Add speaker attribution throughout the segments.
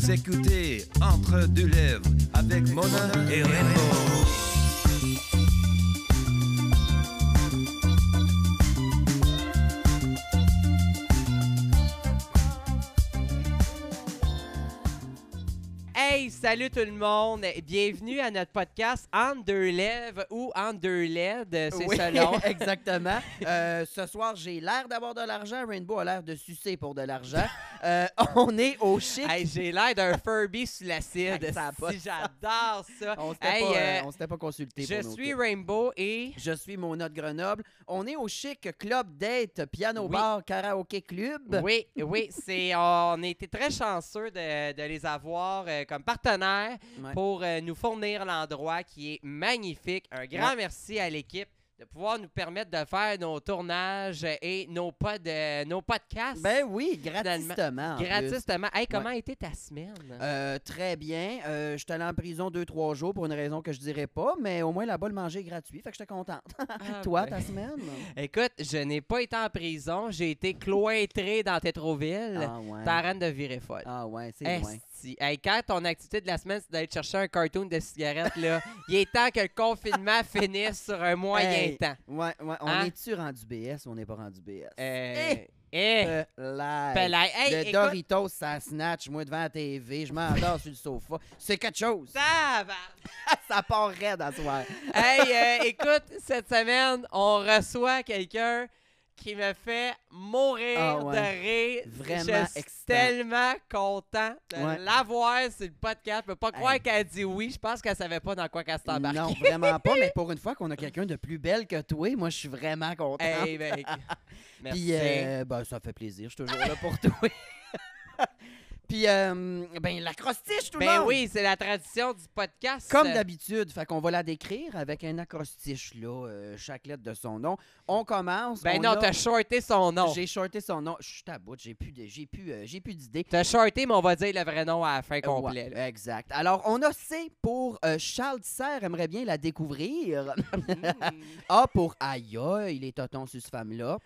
Speaker 1: s'écouter entre deux lèvres avec Mona et Rainbow.
Speaker 2: Hey, salut tout le monde! Bienvenue à notre podcast Entre deux lèvres ou Entre deux LED, c'est
Speaker 3: Oui,
Speaker 2: selon.
Speaker 3: exactement. Euh, ce soir, j'ai l'air d'avoir de l'argent. Rainbow a l'air de sucer pour de l'argent. Euh, on est au chic.
Speaker 2: Hey, j'ai l'air d'un Furby sous l'acide.
Speaker 3: Hey, ça a pas
Speaker 2: Si, J'adore ça.
Speaker 3: on s'était
Speaker 2: Hey,
Speaker 3: pas, euh,
Speaker 2: euh,
Speaker 3: on s'était pas consulté pour
Speaker 2: je
Speaker 3: nos
Speaker 2: suis
Speaker 3: clips.
Speaker 2: Rainbow et
Speaker 3: Je suis mon de Grenoble. On est au chic club date, piano
Speaker 2: Oui.
Speaker 3: bar, karaoké club.
Speaker 2: Oui, oui, c'est on était très chanceux de, de les avoir euh, comme partenaires
Speaker 3: Ouais.
Speaker 2: pour euh, nous fournir l'endroit qui est magnifique. Un grand merci à l'équipe de pouvoir nous permettre de faire nos tournages et nos pod, euh, nos podcasts
Speaker 3: Ben oui, gratuitement. en plus.
Speaker 2: gratuitement. Hey, comment a été ta semaine
Speaker 3: Euh, très bien. Euh, je suis allé en prison deux, trois jours pour une raison que je dirais pas, mais au moins là-bas, le manger est gratuit. Fait que j'étais contente.
Speaker 2: Ah,
Speaker 3: Toi,
Speaker 2: ben.
Speaker 3: ta semaine?
Speaker 2: Écoute, je n'ai pas été en prison, j'ai été cloîtré dans Tétroville.
Speaker 3: Ah ouais.
Speaker 2: T'as arrête de virer folle.
Speaker 3: Ah ouais, c'est loin.
Speaker 2: Esti. Hey, quand ton activité de la semaine, c'est d'aller chercher un cartoon de cigarette, là, il est temps que le confinement finisse sur un moyen
Speaker 3: Hey.
Speaker 2: temps.
Speaker 3: Ouais, ouais. On
Speaker 2: Hein?
Speaker 3: est-tu rendu BS ou on n'est pas rendu BS?
Speaker 2: Euh,
Speaker 3: Eh!
Speaker 2: eh,
Speaker 3: Pelay.
Speaker 2: Pelay. Hey,
Speaker 3: le
Speaker 2: écoute,
Speaker 3: Doritos, ça snatch. Moi, devant la TV, je m'endors sur le sofa. C'est quelque chose.
Speaker 2: tabarnak.
Speaker 3: Ça part raide à soir.
Speaker 2: hey, euh, écoute, cette semaine, on reçoit quelqu'un qui me fait mourir
Speaker 3: Ah ouais.
Speaker 2: de rire.
Speaker 3: Vraiment
Speaker 2: Je suis
Speaker 3: excitant.
Speaker 2: tellement content de
Speaker 3: Ouais.
Speaker 2: l'avoir sur le podcast. Je peux pas croire
Speaker 3: Hey.
Speaker 2: qu'elle a dit oui. Je pense qu'elle savait pas dans quoi qu'elle s'embarquait.
Speaker 3: Non, vraiment pas. Mais pour une fois qu'on a quelqu'un de plus belle que toi, moi, je suis vraiment content.
Speaker 2: Hey, ben, merci.
Speaker 3: Puis, euh, ben, ça fait plaisir. Je suis toujours là pour toi. Puis, euh, ben, la crostiche, tout le
Speaker 2: Ben
Speaker 3: monde.
Speaker 2: oui, c'est la tradition du podcast.
Speaker 3: Comme
Speaker 2: Euh,
Speaker 3: d'habitude, fait qu'on va la décrire avec un acrostiche, là, euh, chaque lettre de son nom. On commence.
Speaker 2: Ben
Speaker 3: on
Speaker 2: non,
Speaker 3: a-
Speaker 2: t'as shorté son nom.
Speaker 3: J'ai shorté son nom. Je suis à bout, j'ai plus de- j'ai plus, euh, j'ai plus d'idées.
Speaker 2: T'as shorté, mais on va dire le vrai nom à la fin
Speaker 3: Euh, Ouais,
Speaker 2: complète.
Speaker 3: exact. Alors, on a C pour euh, Charles Serre aimerait bien la découvrir. A pour aïe, il est toton sur cette femme-là.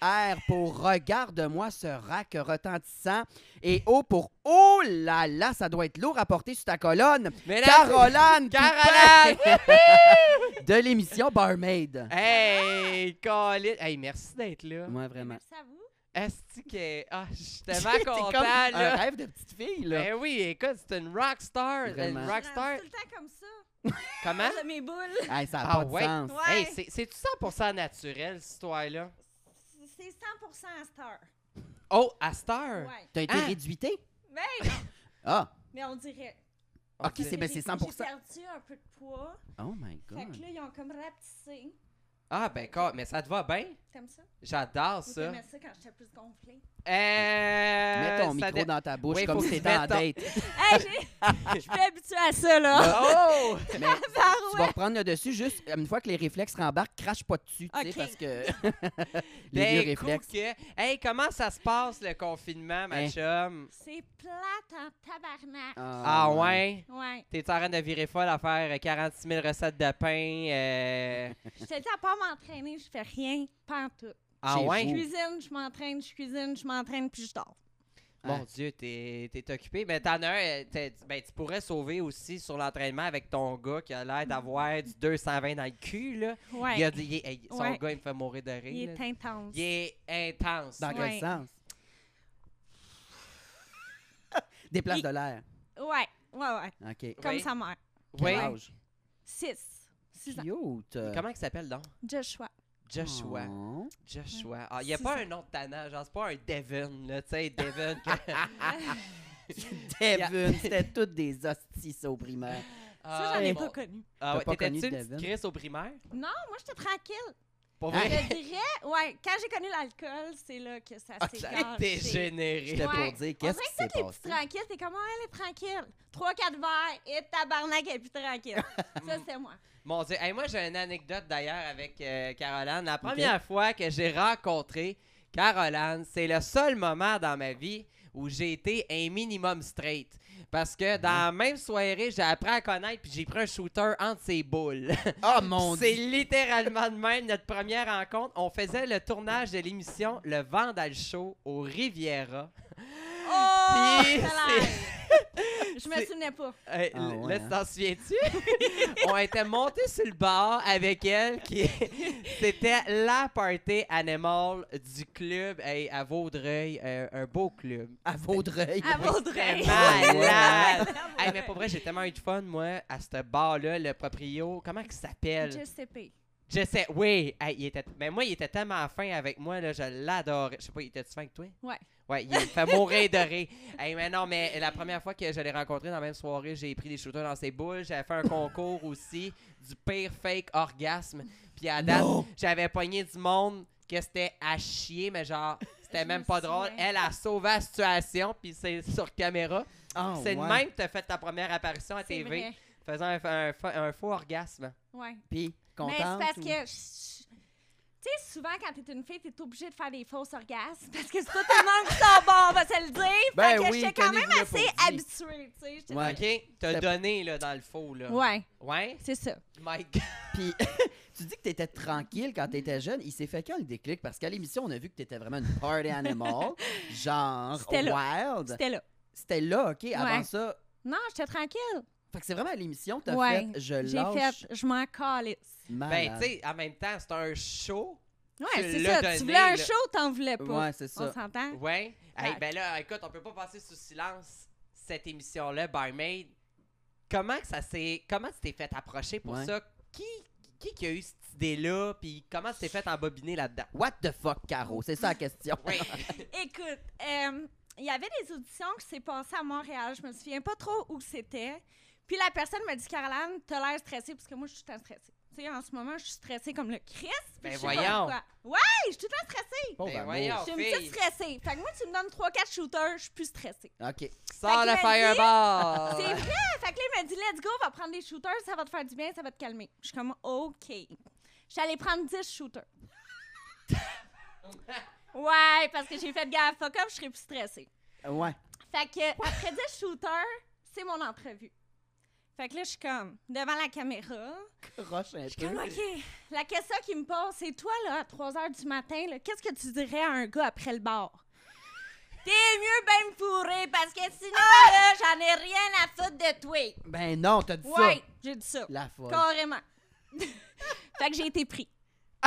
Speaker 3: R pour regarde-moi ce rack retentissant. Et O pour oh là là, ça doit être lourd à porter sur ta colonne.
Speaker 2: Mais là,
Speaker 3: Caroline
Speaker 2: Caroline!
Speaker 3: Toupin de l'émission Barmaid.
Speaker 2: Euh, Hey, Colin! Hey, merci d'être là.
Speaker 3: Moi, vraiment.
Speaker 4: Merci à vous.
Speaker 2: Est-ce que. Ah, je suis tellement
Speaker 3: C'est
Speaker 2: content,
Speaker 3: comme un
Speaker 2: là.
Speaker 3: rêve de petite fille, là.
Speaker 2: Ben oui, écoute, c'est une rockstar.
Speaker 3: Vraiment.
Speaker 2: Une
Speaker 4: Je
Speaker 2: rockstar. Hein?
Speaker 4: rame tout le temps comme ça.
Speaker 2: Comment?
Speaker 4: J'ai mes boules.
Speaker 3: Hey, ça n'a
Speaker 2: Ah
Speaker 3: pas de
Speaker 2: ouais?
Speaker 3: sens.
Speaker 4: Ouais.
Speaker 2: Hey, c'est- c'est-tu 100% naturel, cette histoire-là?
Speaker 4: C'est 100% à cette heure.
Speaker 2: Oh, à cette heure?
Speaker 4: Ouais.
Speaker 3: T'as été
Speaker 2: Ah.
Speaker 3: réduité?
Speaker 4: Mais,
Speaker 3: Ah,
Speaker 4: mais on dirait.
Speaker 2: On
Speaker 3: ok,
Speaker 2: dirait-
Speaker 3: c'est ben,
Speaker 4: J'ai-
Speaker 3: c'est 100%.
Speaker 4: J'ai perdu un peu de poids.
Speaker 3: Oh my
Speaker 4: Fait que
Speaker 3: god.
Speaker 4: là, ils ont comme rapetissé.
Speaker 2: Ah, ben, Col- mais ça te va bien?
Speaker 4: T'aimes ça?
Speaker 2: J'adore
Speaker 4: Ou
Speaker 2: ça.
Speaker 4: t'aimais ça quand j'étais plus gonflée?
Speaker 2: Euh,
Speaker 3: Mets ton
Speaker 2: ça
Speaker 3: micro
Speaker 2: dé-
Speaker 3: dans ta bouche
Speaker 2: Oui,
Speaker 3: comme
Speaker 2: faut
Speaker 3: si
Speaker 2: que tu
Speaker 3: t'étais en
Speaker 2: mettes ton-
Speaker 3: date.
Speaker 4: Hey, j'ai- je suis plus habituée à ça, là.
Speaker 2: Oh!
Speaker 3: Mais tu vas reprendre le dessus juste euh, une fois que les réflexes rembarquent, crache pas dessus, tu sais,
Speaker 4: Ok.
Speaker 3: parce que les
Speaker 2: Ben,
Speaker 3: vieux
Speaker 2: écoute
Speaker 3: réflexes.
Speaker 2: que- Hey, comment ça se passe le confinement, ma
Speaker 3: Hein?
Speaker 2: chum?
Speaker 4: C'est plate en tabarnak.
Speaker 2: Ah ouais?
Speaker 4: Ouais.
Speaker 2: T'es en train de virer folle à faire euh, 46 000 recettes de pain. euh,
Speaker 4: Je te le dis, à part m'entraîner, je fais rien. Pas en tout.
Speaker 2: Ah
Speaker 3: Chez
Speaker 2: ouais?
Speaker 4: Je
Speaker 3: vous.
Speaker 4: cuisine, je m'entraîne, je cuisine, je m'entraîne, puis je dors.
Speaker 2: Mon Dieu, t'es t'es occupé. Mais t'en as un. euh, t'es- Ben, tu pourrais sauver aussi sur l'entraînement avec ton gars qui a l'air d'avoir du 220 dans le cul, là.
Speaker 4: Ouais.
Speaker 2: Il a dit, il est- hey, son
Speaker 4: Ouais.
Speaker 2: gars, il me fait mourir de rire.
Speaker 4: Il
Speaker 2: là.
Speaker 4: est intense.
Speaker 2: Il est intense.
Speaker 3: Dans quel
Speaker 4: Ouais.
Speaker 3: sens? Déplace
Speaker 4: Il-
Speaker 3: de l'air.
Speaker 4: Ouais, ouais, ouais.
Speaker 3: OK. Quel
Speaker 4: Comme
Speaker 2: Oui.
Speaker 4: sa mère.
Speaker 2: Oui.
Speaker 3: âge? euh?
Speaker 4: 6. 6 ans.
Speaker 3: Cute.
Speaker 2: Comment il s'appelle, donc?
Speaker 4: Joshua.
Speaker 2: Joshua.
Speaker 3: Oh.
Speaker 2: Joshua. Ah, il n'y a
Speaker 4: C'est
Speaker 2: pas
Speaker 4: ça.
Speaker 2: un nom de tannant, genre, c'est pas un Devon, là, tu sais, Devon. que-
Speaker 3: Devin, c'était toutes des hosties ça, au primaire.
Speaker 4: Ça, j'en ai
Speaker 2: mon-
Speaker 4: pas connu.
Speaker 2: Ah
Speaker 3: T'as
Speaker 2: ouais,
Speaker 3: pas connu
Speaker 2: t'étais-tu une
Speaker 3: Devon?
Speaker 2: petite crise au primaire?
Speaker 4: Moi, j'étais tranquille.
Speaker 2: Pour
Speaker 3: Hein?
Speaker 2: vrai?
Speaker 4: Je dirais, ouais, quand j'ai connu l'alcool, c'est là que ça
Speaker 2: Ah,
Speaker 4: s'est
Speaker 2: ça a
Speaker 4: gâché.
Speaker 3: J'étais
Speaker 2: dégénéré.
Speaker 4: Ouais.
Speaker 3: pour dire
Speaker 4: On
Speaker 3: qu'est-ce
Speaker 4: dirait
Speaker 3: qui
Speaker 4: que
Speaker 3: s'est
Speaker 4: toutes les petites
Speaker 3: passé.
Speaker 4: tranquilles, t'es comme, Ah, elle est tranquille. 3-4 verres et tabarnak, elle est plus tranquille. ça, c'est moi.
Speaker 2: Mon Dieu. Hey, moi, j'ai une anecdote d'ailleurs avec euh, Caroline. La première fois que j'ai rencontré Caroline, c'est le seul moment dans ma vie où j'ai été un minimum straight. Parce que dans la même soirée, j'ai appris à connaître puis j'ai pris un shooter entre ses boules.
Speaker 3: Oh mon
Speaker 2: C'est
Speaker 3: dieu.
Speaker 2: littéralement de même notre première rencontre. On faisait le tournage de l'émission Le Vandal Show au Riviera.
Speaker 4: Oh!
Speaker 2: Puis
Speaker 4: ça l'a-
Speaker 2: c'est-
Speaker 4: Je me
Speaker 2: C'est-
Speaker 4: souvenais pas.
Speaker 2: Hey,
Speaker 3: Ah
Speaker 2: l-
Speaker 3: ouais,
Speaker 2: là,
Speaker 3: hein?
Speaker 2: t'en souviens-tu? on était montés sur le bar avec elle. Qui... C'était la party animal du club hey, à Vaudreuil. euh, un beau club.
Speaker 3: À Vaudreuil.
Speaker 4: À Vaudreuil.
Speaker 2: malade. Hey, mais pour vrai, j'ai tellement eu de fun, moi, à ce bar-là, le proprio. Comment il s'appelle?
Speaker 4: JCP.
Speaker 2: Je sais, oui. hey, il était... Mais moi, il était tellement fin avec moi, là, je l'adorais. Je sais pas, il était-tu fin que toi?
Speaker 4: Ouais.
Speaker 2: Ouais, il me fait mourir de rire. Hey, mais non, mais la première fois que je l'ai rencontré dans la même soirée, j'ai pris des shooters dans ses boules. J'avais fait un concours aussi du pire fake orgasme. Puis à date, j'avais pogné du monde que c'était à chier, mais genre, c'était
Speaker 4: Je
Speaker 2: même
Speaker 4: me
Speaker 2: pas drôle.
Speaker 4: souviens.
Speaker 2: Elle a sauvé la situation, puis c'est sur caméra.
Speaker 3: Ah,
Speaker 2: c'est de
Speaker 3: ouais.
Speaker 2: même que t'as fait ta première apparition à
Speaker 4: C'est
Speaker 2: TV,
Speaker 4: vrai.
Speaker 2: faisant un, un- un faux orgasme.
Speaker 4: Ouais.
Speaker 3: Puis,
Speaker 4: Mais c'est
Speaker 3: contente.
Speaker 4: parce que.
Speaker 3: ou-
Speaker 4: je- je- Tu sais, souvent, quand t'es une fille, t'es obligée de faire des fausses orgasmes parce que c'est pas tout le monde qui sont bons, on va se le dire.
Speaker 3: Ben
Speaker 4: fait que
Speaker 3: oui,
Speaker 4: j'étais quand même
Speaker 3: tenez-vous-le
Speaker 4: assez
Speaker 3: pour dit.
Speaker 4: habituée, tu sais. j'étais-
Speaker 3: Ouais.
Speaker 2: OK? T'as
Speaker 3: C'est-
Speaker 2: donné, là, dans le faux, là.
Speaker 4: Ouais,
Speaker 2: Ouais?
Speaker 4: c'est ça.
Speaker 2: My God.
Speaker 3: Puis, tu dis que t'étais tranquille quand t'étais jeune. Il s'est fait quand le déclic? Parce qu'à l'émission, on a vu que t'étais vraiment une party animal, genre
Speaker 4: C'était
Speaker 3: wild.
Speaker 4: C'était là.
Speaker 3: C'était là, OK? Avant
Speaker 4: Ouais.
Speaker 3: ça.
Speaker 4: Non, j'étais tranquille.
Speaker 3: Fait que c'est vraiment à l'émission que t'as
Speaker 4: Ouais.
Speaker 3: fait « Je
Speaker 4: J'ai
Speaker 3: lâche
Speaker 4: fait, je m'en calisse.
Speaker 2: Ben,
Speaker 3: malade.
Speaker 2: tu sais, en même temps, c'est un show.
Speaker 4: Ouais,
Speaker 2: Tu
Speaker 4: c'est
Speaker 2: l'as
Speaker 4: ça.
Speaker 2: donné,
Speaker 4: tu voulais
Speaker 2: là.
Speaker 4: un show, t'en voulais pas.
Speaker 3: Ouais, c'est
Speaker 4: on
Speaker 3: ça.
Speaker 4: s'entend?
Speaker 2: Ouais. Hey,
Speaker 4: Tac.
Speaker 2: ben là, écoute, on peut pas passer sous silence cette émission-là, Barmaid. Comment que ça s'est. Comment tu t'es fait approcher pour
Speaker 3: Ouais.
Speaker 2: ça? Qui, qui qui a eu cette idée-là? Puis comment tu t'es fait embobiner là-dedans?
Speaker 3: What the fuck, Caro? C'est ça la question.
Speaker 2: Oui.
Speaker 4: Écoute, euh, il y avait des auditions qui s'est passées à Montréal. Je me souviens pas trop où c'était. Puis la personne m'a dit, Caroline, t'as l'air stressée, parce que moi, je suis tout le temps stressée. Tu sais, en ce moment, je suis stressée comme le Christ. puis
Speaker 2: Ben
Speaker 4: je sais pas
Speaker 2: voyons.
Speaker 4: pourquoi. Ouais, je suis tout le temps stressée.
Speaker 3: Pauvre
Speaker 2: Ben
Speaker 3: amour.
Speaker 2: voyons. Oh,
Speaker 4: Je suis une
Speaker 2: fille.
Speaker 4: petite stressée. Fait que moi, tu me donnes 3-4 shooters, je suis plus stressée.
Speaker 3: OK.
Speaker 2: Sors
Speaker 4: qu'il
Speaker 2: le
Speaker 4: m'a
Speaker 2: fireball!
Speaker 4: C'est vrai! Fait que là, il m'a dit, let's go, va prendre des shooters, ça va te faire du bien, ça va te calmer. Je suis comme, OK. Je suis allée prendre 10 shooters. ouais, parce que j'ai fait gaffe, fuck off, je serais plus stressée.
Speaker 3: Ouais.
Speaker 4: Fait que après 10 shooters, c'est mon entrevue. Fait que là, je suis comme devant la caméra.
Speaker 3: Roche un
Speaker 4: Je suis
Speaker 3: peu.
Speaker 4: comme, OK, la question qui me pose, c'est toi, là, à 3 heures du matin, là, qu'est-ce que tu dirais à un gars après le bar? T'es mieux ben me fourrer parce que sinon, là, j'en ai rien à foutre de toi.
Speaker 3: Ben non, t'as dit
Speaker 4: Ouais,
Speaker 3: Ah! ça.
Speaker 4: j'ai dit ça.
Speaker 3: La folle.
Speaker 4: Carrément. fait que j'ai été pris.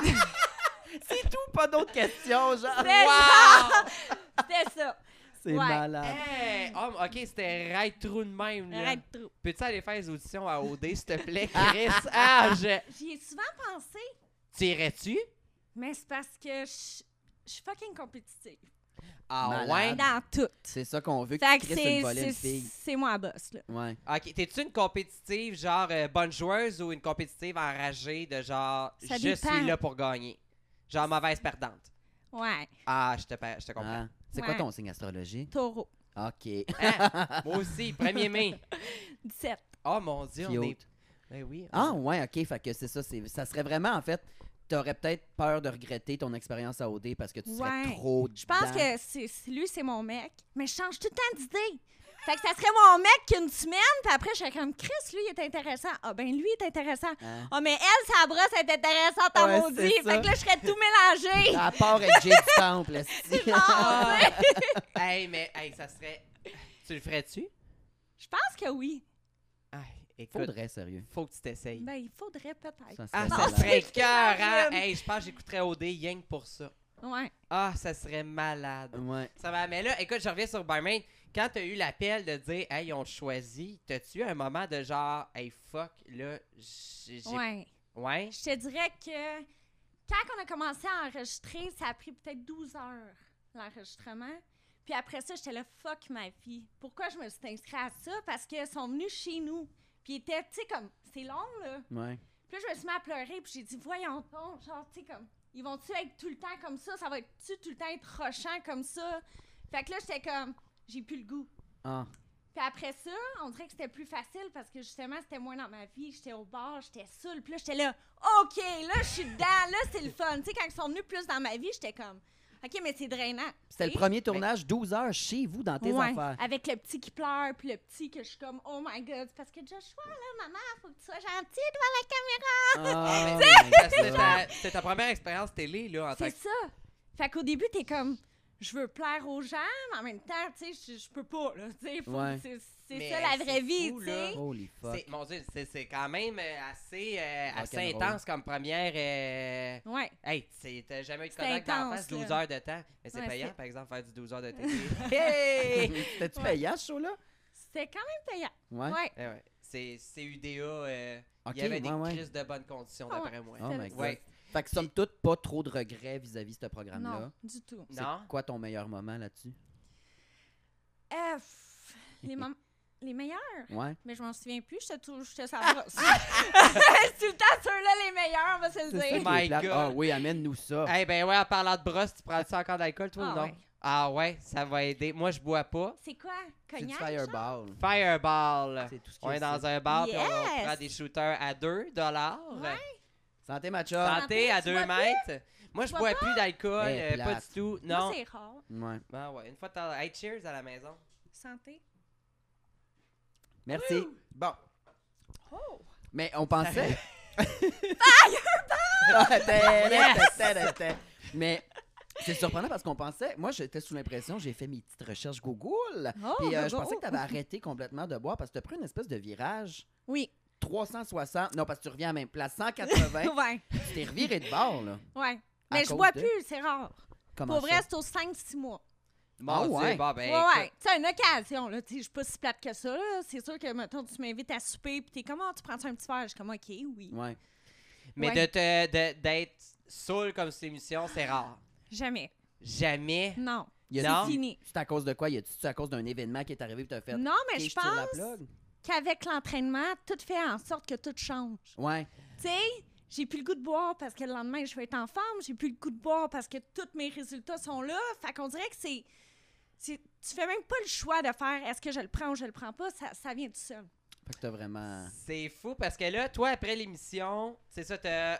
Speaker 3: C'est tout, pas d'autres questions, genre.
Speaker 4: Mais
Speaker 2: Wow!
Speaker 4: C'était ça.
Speaker 3: C'est
Speaker 4: Ouais.
Speaker 3: malade.
Speaker 2: Hey! Oh, ok, c'était right trou de même. là.
Speaker 4: Arrête trop.
Speaker 2: Peux-tu aller faire les auditions à OD, s'il te plaît, Chris? ah, je.
Speaker 4: J'y ai souvent pensé,
Speaker 2: T'irais-tu?
Speaker 4: mais c'est parce que je je suis fucking compétitive.
Speaker 2: Ah,
Speaker 3: Malade.
Speaker 4: Dans tout.
Speaker 3: C'est ça qu'on veut que
Speaker 4: Fait
Speaker 3: tu
Speaker 4: que
Speaker 3: crisses une
Speaker 4: c'est-
Speaker 3: volée de
Speaker 4: c'est
Speaker 3: fille.
Speaker 4: c'est moi la boss, là.
Speaker 3: Ouais.
Speaker 2: ouais. Ah, Ok, t'es-tu une compétitive, genre euh, bonne joueuse ou une compétitive enragée de genre
Speaker 4: Ça
Speaker 2: je
Speaker 4: dépend.
Speaker 2: suis là pour gagner? Genre mauvaise perdante.
Speaker 4: Ouais,
Speaker 2: Ah, je te, pa- je te comprends.
Speaker 3: Ah. C'est quoi
Speaker 4: Ouais.
Speaker 3: ton signe astrologique?
Speaker 4: taureau.
Speaker 3: OK. Ah.
Speaker 2: Hein? Moi aussi, 1er mai.
Speaker 4: 17.
Speaker 2: Oh mon dieu, on est.
Speaker 3: Cute.
Speaker 2: Ben oui. on-
Speaker 3: Ah ouais, OK, fait que c'est ça, c'est ça serait vraiment en fait T'aurais peut-être peur de regretter ton expérience à OD parce que tu serais
Speaker 4: Ouais.
Speaker 3: trop.
Speaker 4: Je pense que c'est c'est- lui, c'est mon mec, mais je change tout le temps d'idée. Fait que ça serait mon mec qu'une semaine, puis après, je serais comme Chris, lui, il est intéressant. Ah, ben lui, il est intéressant.
Speaker 3: Hein?
Speaker 4: Ah, mais elle, sa brosse, elle est intéressante en
Speaker 3: Ouais, c'est
Speaker 4: maudit.
Speaker 3: ça.
Speaker 4: Fait que là, je serais tout mélangée. Ah,
Speaker 3: À part avec Jay du Temple, esti.
Speaker 2: Ah! hey, mais hey, ça serait. Tu le ferais-tu?
Speaker 4: Je pense que oui.
Speaker 2: Ah, écoute,
Speaker 3: Faudrait, sérieux.
Speaker 2: faut que tu t'essayes.
Speaker 4: Ben, il faudrait peut-être.
Speaker 3: Ça
Speaker 2: Ah,
Speaker 3: serait
Speaker 2: ça
Speaker 3: malade.
Speaker 2: serait cœur, hein?
Speaker 4: J'imagine.
Speaker 2: Hey, je pense que j'écouterais OD Yang pour ça.
Speaker 4: Ouais.
Speaker 2: Ah, ça serait malade.
Speaker 3: Ouais.
Speaker 2: Ça va, mais là, écoute, je reviens sur Barmaid. Quand t'as eu l'appel de dire, hey, on te choisit, t'as-tu eu un moment de genre, hey, fuck, là, j'ai. j'ai-
Speaker 4: Ouais.
Speaker 2: Ouais?
Speaker 4: Je te dirais que quand on a commencé à enregistrer, ça a pris peut-être 12 heures, l'enregistrement. Puis après ça, j'étais là, fuck ma vie. Pourquoi je me suis inscrite à ça? Parce qu'ils sont venus chez nous. Puis ils étaient, tu sais, comme, c'est long, là.
Speaker 3: Ouais.
Speaker 4: Puis là, je me suis mis à pleurer, puis j'ai dit, voyons donc, genre, tu sais, comme, ils vont-tu être tout le temps comme ça? Ça va être-tu tout le temps être rochant comme ça? Fait que là, j'étais comme, j'ai plus le goût.
Speaker 3: Ah.
Speaker 4: Puis après ça, on dirait que c'était plus facile parce que justement, c'était moins dans ma vie. J'étais au bar, j'étais saoule. Puis là, j'étais là, OK, là, je suis dedans. Là, c'est le fun. Tu sais, quand ils sont venus plus dans ma vie, j'étais comme, OK, mais c'est drainant.
Speaker 3: C'était le
Speaker 4: Tu sais?
Speaker 3: premier tournage, 12 heures chez vous dans tes
Speaker 4: Ben Ouais,
Speaker 3: affaires.
Speaker 4: Avec le petit qui pleure, puis le petit que je suis comme, oh my god, c'est parce que Joshua, là, maman, faut que tu sois gentil devant la caméra.
Speaker 3: Ah,
Speaker 2: Parce que C'était ta, c'était ta première expérience télé, là, en tant
Speaker 4: C'est
Speaker 2: que.
Speaker 4: ça. Fait qu'au début, t'es comme, je veux plaire aux gens, mais en même temps, tu sais, je- je peux pas, là. Tu sais, faut-
Speaker 3: Ouais.
Speaker 4: c'est-
Speaker 2: Mais,
Speaker 4: c'est ça la
Speaker 2: euh,
Speaker 4: vraie
Speaker 2: c'est
Speaker 4: vie,
Speaker 2: fou,
Speaker 4: tu
Speaker 2: là.
Speaker 4: sais.
Speaker 3: Holy fuck.
Speaker 2: C'est- Mon Dieu, c'est- c'est quand même euh, assez, euh, assez
Speaker 3: Rock'n'roll.
Speaker 2: intense comme première. euh,
Speaker 4: Ouais.
Speaker 2: Hey, c'est- t'as jamais eu de
Speaker 4: C'était
Speaker 2: contact d'en
Speaker 4: intense,
Speaker 2: face 12
Speaker 4: là.
Speaker 2: heures de temps. Mais c'est
Speaker 4: Ouais,
Speaker 2: payant,
Speaker 4: c'est-
Speaker 2: par exemple, faire du 12 heures de TT.
Speaker 3: Hey! C'était-tu
Speaker 4: Ouais.
Speaker 3: payant, ce show-là?
Speaker 4: C'était quand même payant.
Speaker 3: Ouais.
Speaker 4: Ouais.
Speaker 2: Eh ouais. C'est c'est UDA. euh,
Speaker 3: Ok,
Speaker 2: il y avait des
Speaker 3: ouais, ouais.
Speaker 2: crises de bonnes conditions,
Speaker 4: Ah ouais.
Speaker 2: d'après moi.
Speaker 3: Oh my God.
Speaker 2: Ouais.
Speaker 3: Fait que somme toute, pas trop de regrets vis-à-vis de ce programme-là.
Speaker 4: Non, du tout.
Speaker 2: Non?
Speaker 3: C'est quoi ton meilleur moment là-dessus?
Speaker 4: Euh, pff, les, mom- les meilleurs.
Speaker 3: Ouais.
Speaker 4: Mais je m'en souviens plus, je te tou- je te savais. C'est tout le temps ceux-là les meilleurs, on va se le
Speaker 3: ça qui est
Speaker 4: dire.
Speaker 2: My
Speaker 3: plate.
Speaker 2: God.
Speaker 3: Ah oui, amène-nous ça.
Speaker 2: Eh ben ouais, en parlant de brosse, tu prends-tu encore d'alcool, toi
Speaker 4: Ah
Speaker 2: ou non?
Speaker 4: ouais.
Speaker 2: Ah ouais, ça va aider. Moi, je bois pas.
Speaker 4: C'est quoi?
Speaker 3: C'est du
Speaker 4: Cognac? genre?
Speaker 3: fireball.
Speaker 4: Ah,
Speaker 2: Fireball.
Speaker 3: C'est tout ce qu'il
Speaker 2: On
Speaker 3: y a
Speaker 2: est
Speaker 3: ici.
Speaker 2: dans un bar puis on
Speaker 4: Yes!
Speaker 2: prend des shooters à 2 dollars.
Speaker 4: Ouais.
Speaker 3: Santé, ma chum.
Speaker 4: Santé.
Speaker 2: Santé à
Speaker 4: Tu
Speaker 2: 2
Speaker 4: bois
Speaker 2: mètres. Moi, je
Speaker 4: bois
Speaker 2: bois plus d'alcool,
Speaker 3: Eh,
Speaker 2: euh, pas
Speaker 3: plate.
Speaker 2: du tout.
Speaker 4: Moi,
Speaker 2: Non.
Speaker 4: c'est rare.
Speaker 3: Ouais.
Speaker 2: Ah ouais, une fois de temps. Hey, cheers à la maison.
Speaker 3: Ah
Speaker 4: Santé.
Speaker 3: Merci. Bon.
Speaker 4: Oh!
Speaker 3: Mais on pensait. Fireball! Mais c'est surprenant parce qu'on pensait. Moi, j'étais sous l'impression, j'ai fait mes petites recherches Google.
Speaker 4: Oh,
Speaker 3: Puis euh,
Speaker 4: Google.
Speaker 3: je pensais que tu avais arrêté complètement de boire parce que tu as pris une espèce de virage.
Speaker 4: Oui.
Speaker 3: 360. Non, parce que tu reviens à la même place. 180.
Speaker 4: Ouais.
Speaker 3: tu t'es reviré de bord, là.
Speaker 4: Ouais.
Speaker 3: À
Speaker 4: Mais je
Speaker 3: cause
Speaker 4: bois
Speaker 3: de-
Speaker 4: plus, c'est rare.
Speaker 3: Comment
Speaker 4: Pour
Speaker 3: ça?
Speaker 4: vrai, c'est aux 5-6 mois.
Speaker 2: Mon
Speaker 3: Ah
Speaker 2: Dieu,
Speaker 3: ouais.
Speaker 2: bon, ben,
Speaker 4: ouais,
Speaker 2: écoute,
Speaker 4: ouais. C'est une occasion, là. Tu sais, Je suis pas si plate que ça, là. C'est sûr que, mettons, tu m'invites à souper, puis t'es comme, Ah, tu prends un petit verre? Je suis comme, OK, oui.
Speaker 3: Ouais.
Speaker 2: Mais
Speaker 4: Ouais.
Speaker 2: de te- de- d'être saoul comme cette émission, c'est rare.
Speaker 4: Jamais.
Speaker 2: Jamais.
Speaker 4: Non.
Speaker 3: Y a-
Speaker 2: Non.
Speaker 4: C'est fini.
Speaker 3: C'est à cause de quoi? Y a-tu c'est à cause d'un événement qui est arrivé et t'as fait?
Speaker 4: Non, mais
Speaker 3: Ok,
Speaker 4: je
Speaker 3: tire la
Speaker 4: pense
Speaker 3: plug?
Speaker 4: qu'avec l'entraînement, tout fait en sorte que tout change.
Speaker 3: Ouais.
Speaker 4: Tu sais, j'ai plus le goût de boire parce que le lendemain, je vais être en forme. J'ai plus le goût de boire parce que tous mes résultats sont là. Fait qu'on dirait que c'est. c'est- Tu fais même pas le choix de faire est-ce que je le prends ou je le prends pas. Ça, ça vient tout seul.
Speaker 3: Fait que t'as vraiment.
Speaker 2: C'est fou parce que là, toi, après l'émission, c'est ça, t'as-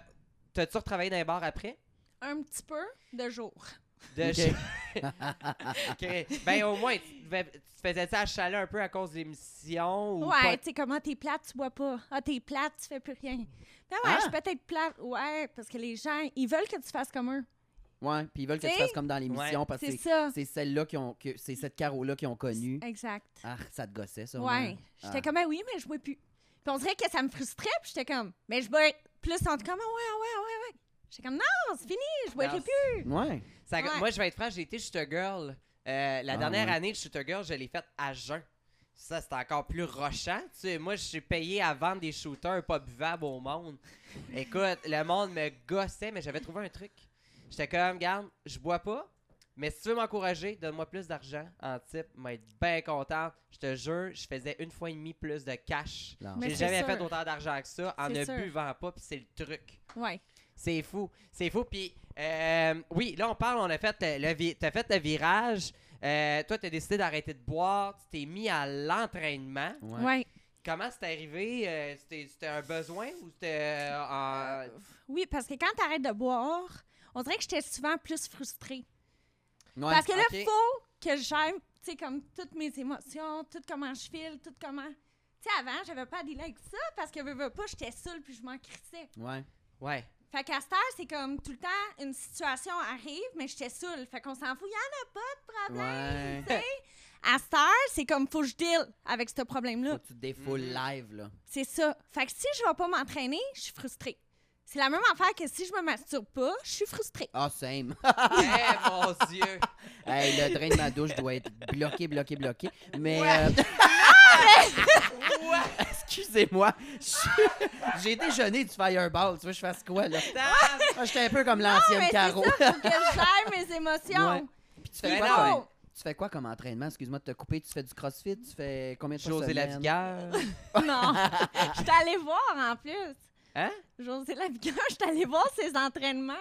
Speaker 2: t'as-tu retravaillé dans les bars après?
Speaker 4: Un petit peu de jour.
Speaker 2: De
Speaker 3: Ok.
Speaker 2: Ok. Ben, au moins, tu, devais- tu faisais ça à chalet un peu à cause de l'émission ou
Speaker 4: ouais,
Speaker 2: pas?
Speaker 4: tu sais, comment t'es plate, tu bois pas. Ah, t'es plate, tu fais plus rien. Ben ouais,
Speaker 3: Ah!
Speaker 4: je suis peut-être plate. Ouais, parce que les gens, ils veulent que tu fasses comme eux.
Speaker 3: Ouais, puis ils veulent que tu
Speaker 4: T'sais?
Speaker 3: fasses comme dans l'émission parce que
Speaker 4: C'est
Speaker 3: c'est-
Speaker 4: ça.
Speaker 3: c'est celle-là qui ont. que- C'est cette caro-là qui ont connu.
Speaker 4: Exact.
Speaker 3: Ah, ça te gossait, ça.
Speaker 4: Ouais. J'étais comme, ah oui, mais je bois plus. Puis on dirait que ça me frustrait, puis j'étais comme, mais je bois plus. On dit comme, ah ouais, ah ouais, ah ouais, ouais. J'étais comme, non, c'est fini, je boirai
Speaker 2: Non,
Speaker 4: plus.
Speaker 3: Ouais.
Speaker 2: Ça-
Speaker 4: Ouais.
Speaker 2: Moi, je vais être franc, j'ai été Shooter Girl. Euh, la
Speaker 3: Ah,
Speaker 2: dernière
Speaker 3: ouais.
Speaker 2: année de Shooter Girl, je l'ai faite à jeun. Ça, c'est encore plus rochant. Tu sais, moi, je suis payé à vendre des shooters pas buvables au monde. Écoute, le monde me gossait, mais j'avais trouvé un truc. J'étais comme, garde, je bois pas, mais si tu veux m'encourager, donne-moi plus d'argent en type, m'être bien contente. Je te jure, je faisais une fois et demie plus de cash.
Speaker 3: Non.
Speaker 4: Mais
Speaker 2: J'ai
Speaker 4: c'est
Speaker 2: jamais
Speaker 4: sûr.
Speaker 2: fait autant d'argent que ça en
Speaker 4: C'est
Speaker 2: ne
Speaker 4: sûr.
Speaker 2: buvant pas, puis c'est le truc.
Speaker 4: Ouais.
Speaker 2: C'est fou, c'est fou. Puis, euh, oui, là, on parle, on a fait euh, le, vi- t'as fait le virage. Euh, toi, t'as décidé d'arrêter de boire. Tu t'es mis à l'entraînement.
Speaker 3: Ouais.
Speaker 4: Ouais.
Speaker 2: Comment c'est arrivé? Euh, c'était, c'était un besoin ou c'était euh, en-
Speaker 4: Oui, parce que quand t'arrêtes de boire, on dirait que j'étais souvent plus frustrée.
Speaker 3: Ouais.
Speaker 4: parce que là,
Speaker 2: ok.
Speaker 4: faut que j'aime, tu sais, comme toutes mes émotions, tout comment je file, tout comment. Tu sais, avant, j'avais pas à dealer avec ça parce que veux, veux pas, j'étais seule puis je m'en crissais.
Speaker 3: Ouais.
Speaker 2: Ouais.
Speaker 4: Fait qu'à cette heure, c'est comme tout le temps, une situation arrive, mais j'étais saoule. Fait qu'on s'en fout, il en a pas de problème.
Speaker 3: Ouais.
Speaker 4: tu sais. À cette heure, c'est comme faut que je deal avec ce
Speaker 3: Faut
Speaker 4: problème-là.
Speaker 3: que tu te défoules
Speaker 4: Mm.
Speaker 3: live, là.
Speaker 4: C'est ça. Fait que si je vais pas m'entraîner, je suis frustrée. C'est la même affaire que si je me masturbe pas, je suis frustrée.
Speaker 3: Ah, same.
Speaker 2: Eh, mon Dieu!
Speaker 3: hey, le drain de ma douche doit être bloqué, bloqué, bloqué. Mais.
Speaker 2: Ouais.
Speaker 3: euh, Excusez-moi. Je- J'ai déjeuné du fireball. Tu veux que je fasse quoi, là?
Speaker 2: Damn!
Speaker 3: Ah, J'étais un peu comme l'ancienne
Speaker 4: Oh, mais c'est
Speaker 3: Caro.
Speaker 4: ça, faut que je gère mes émotions.
Speaker 3: Ouais. Puis tu fais
Speaker 2: Mais
Speaker 3: quoi
Speaker 4: non!
Speaker 3: comme- Tu fais quoi comme entraînement? Excuse-moi de te couper. Tu fais du crossfit? Tu fais combien de fois
Speaker 2: José
Speaker 3: semaine?
Speaker 2: Lavigueur.
Speaker 4: Non. Je suis allée voir en plus.
Speaker 2: Hein?
Speaker 4: José Lavigueur, je suis allée voir ses entraînements.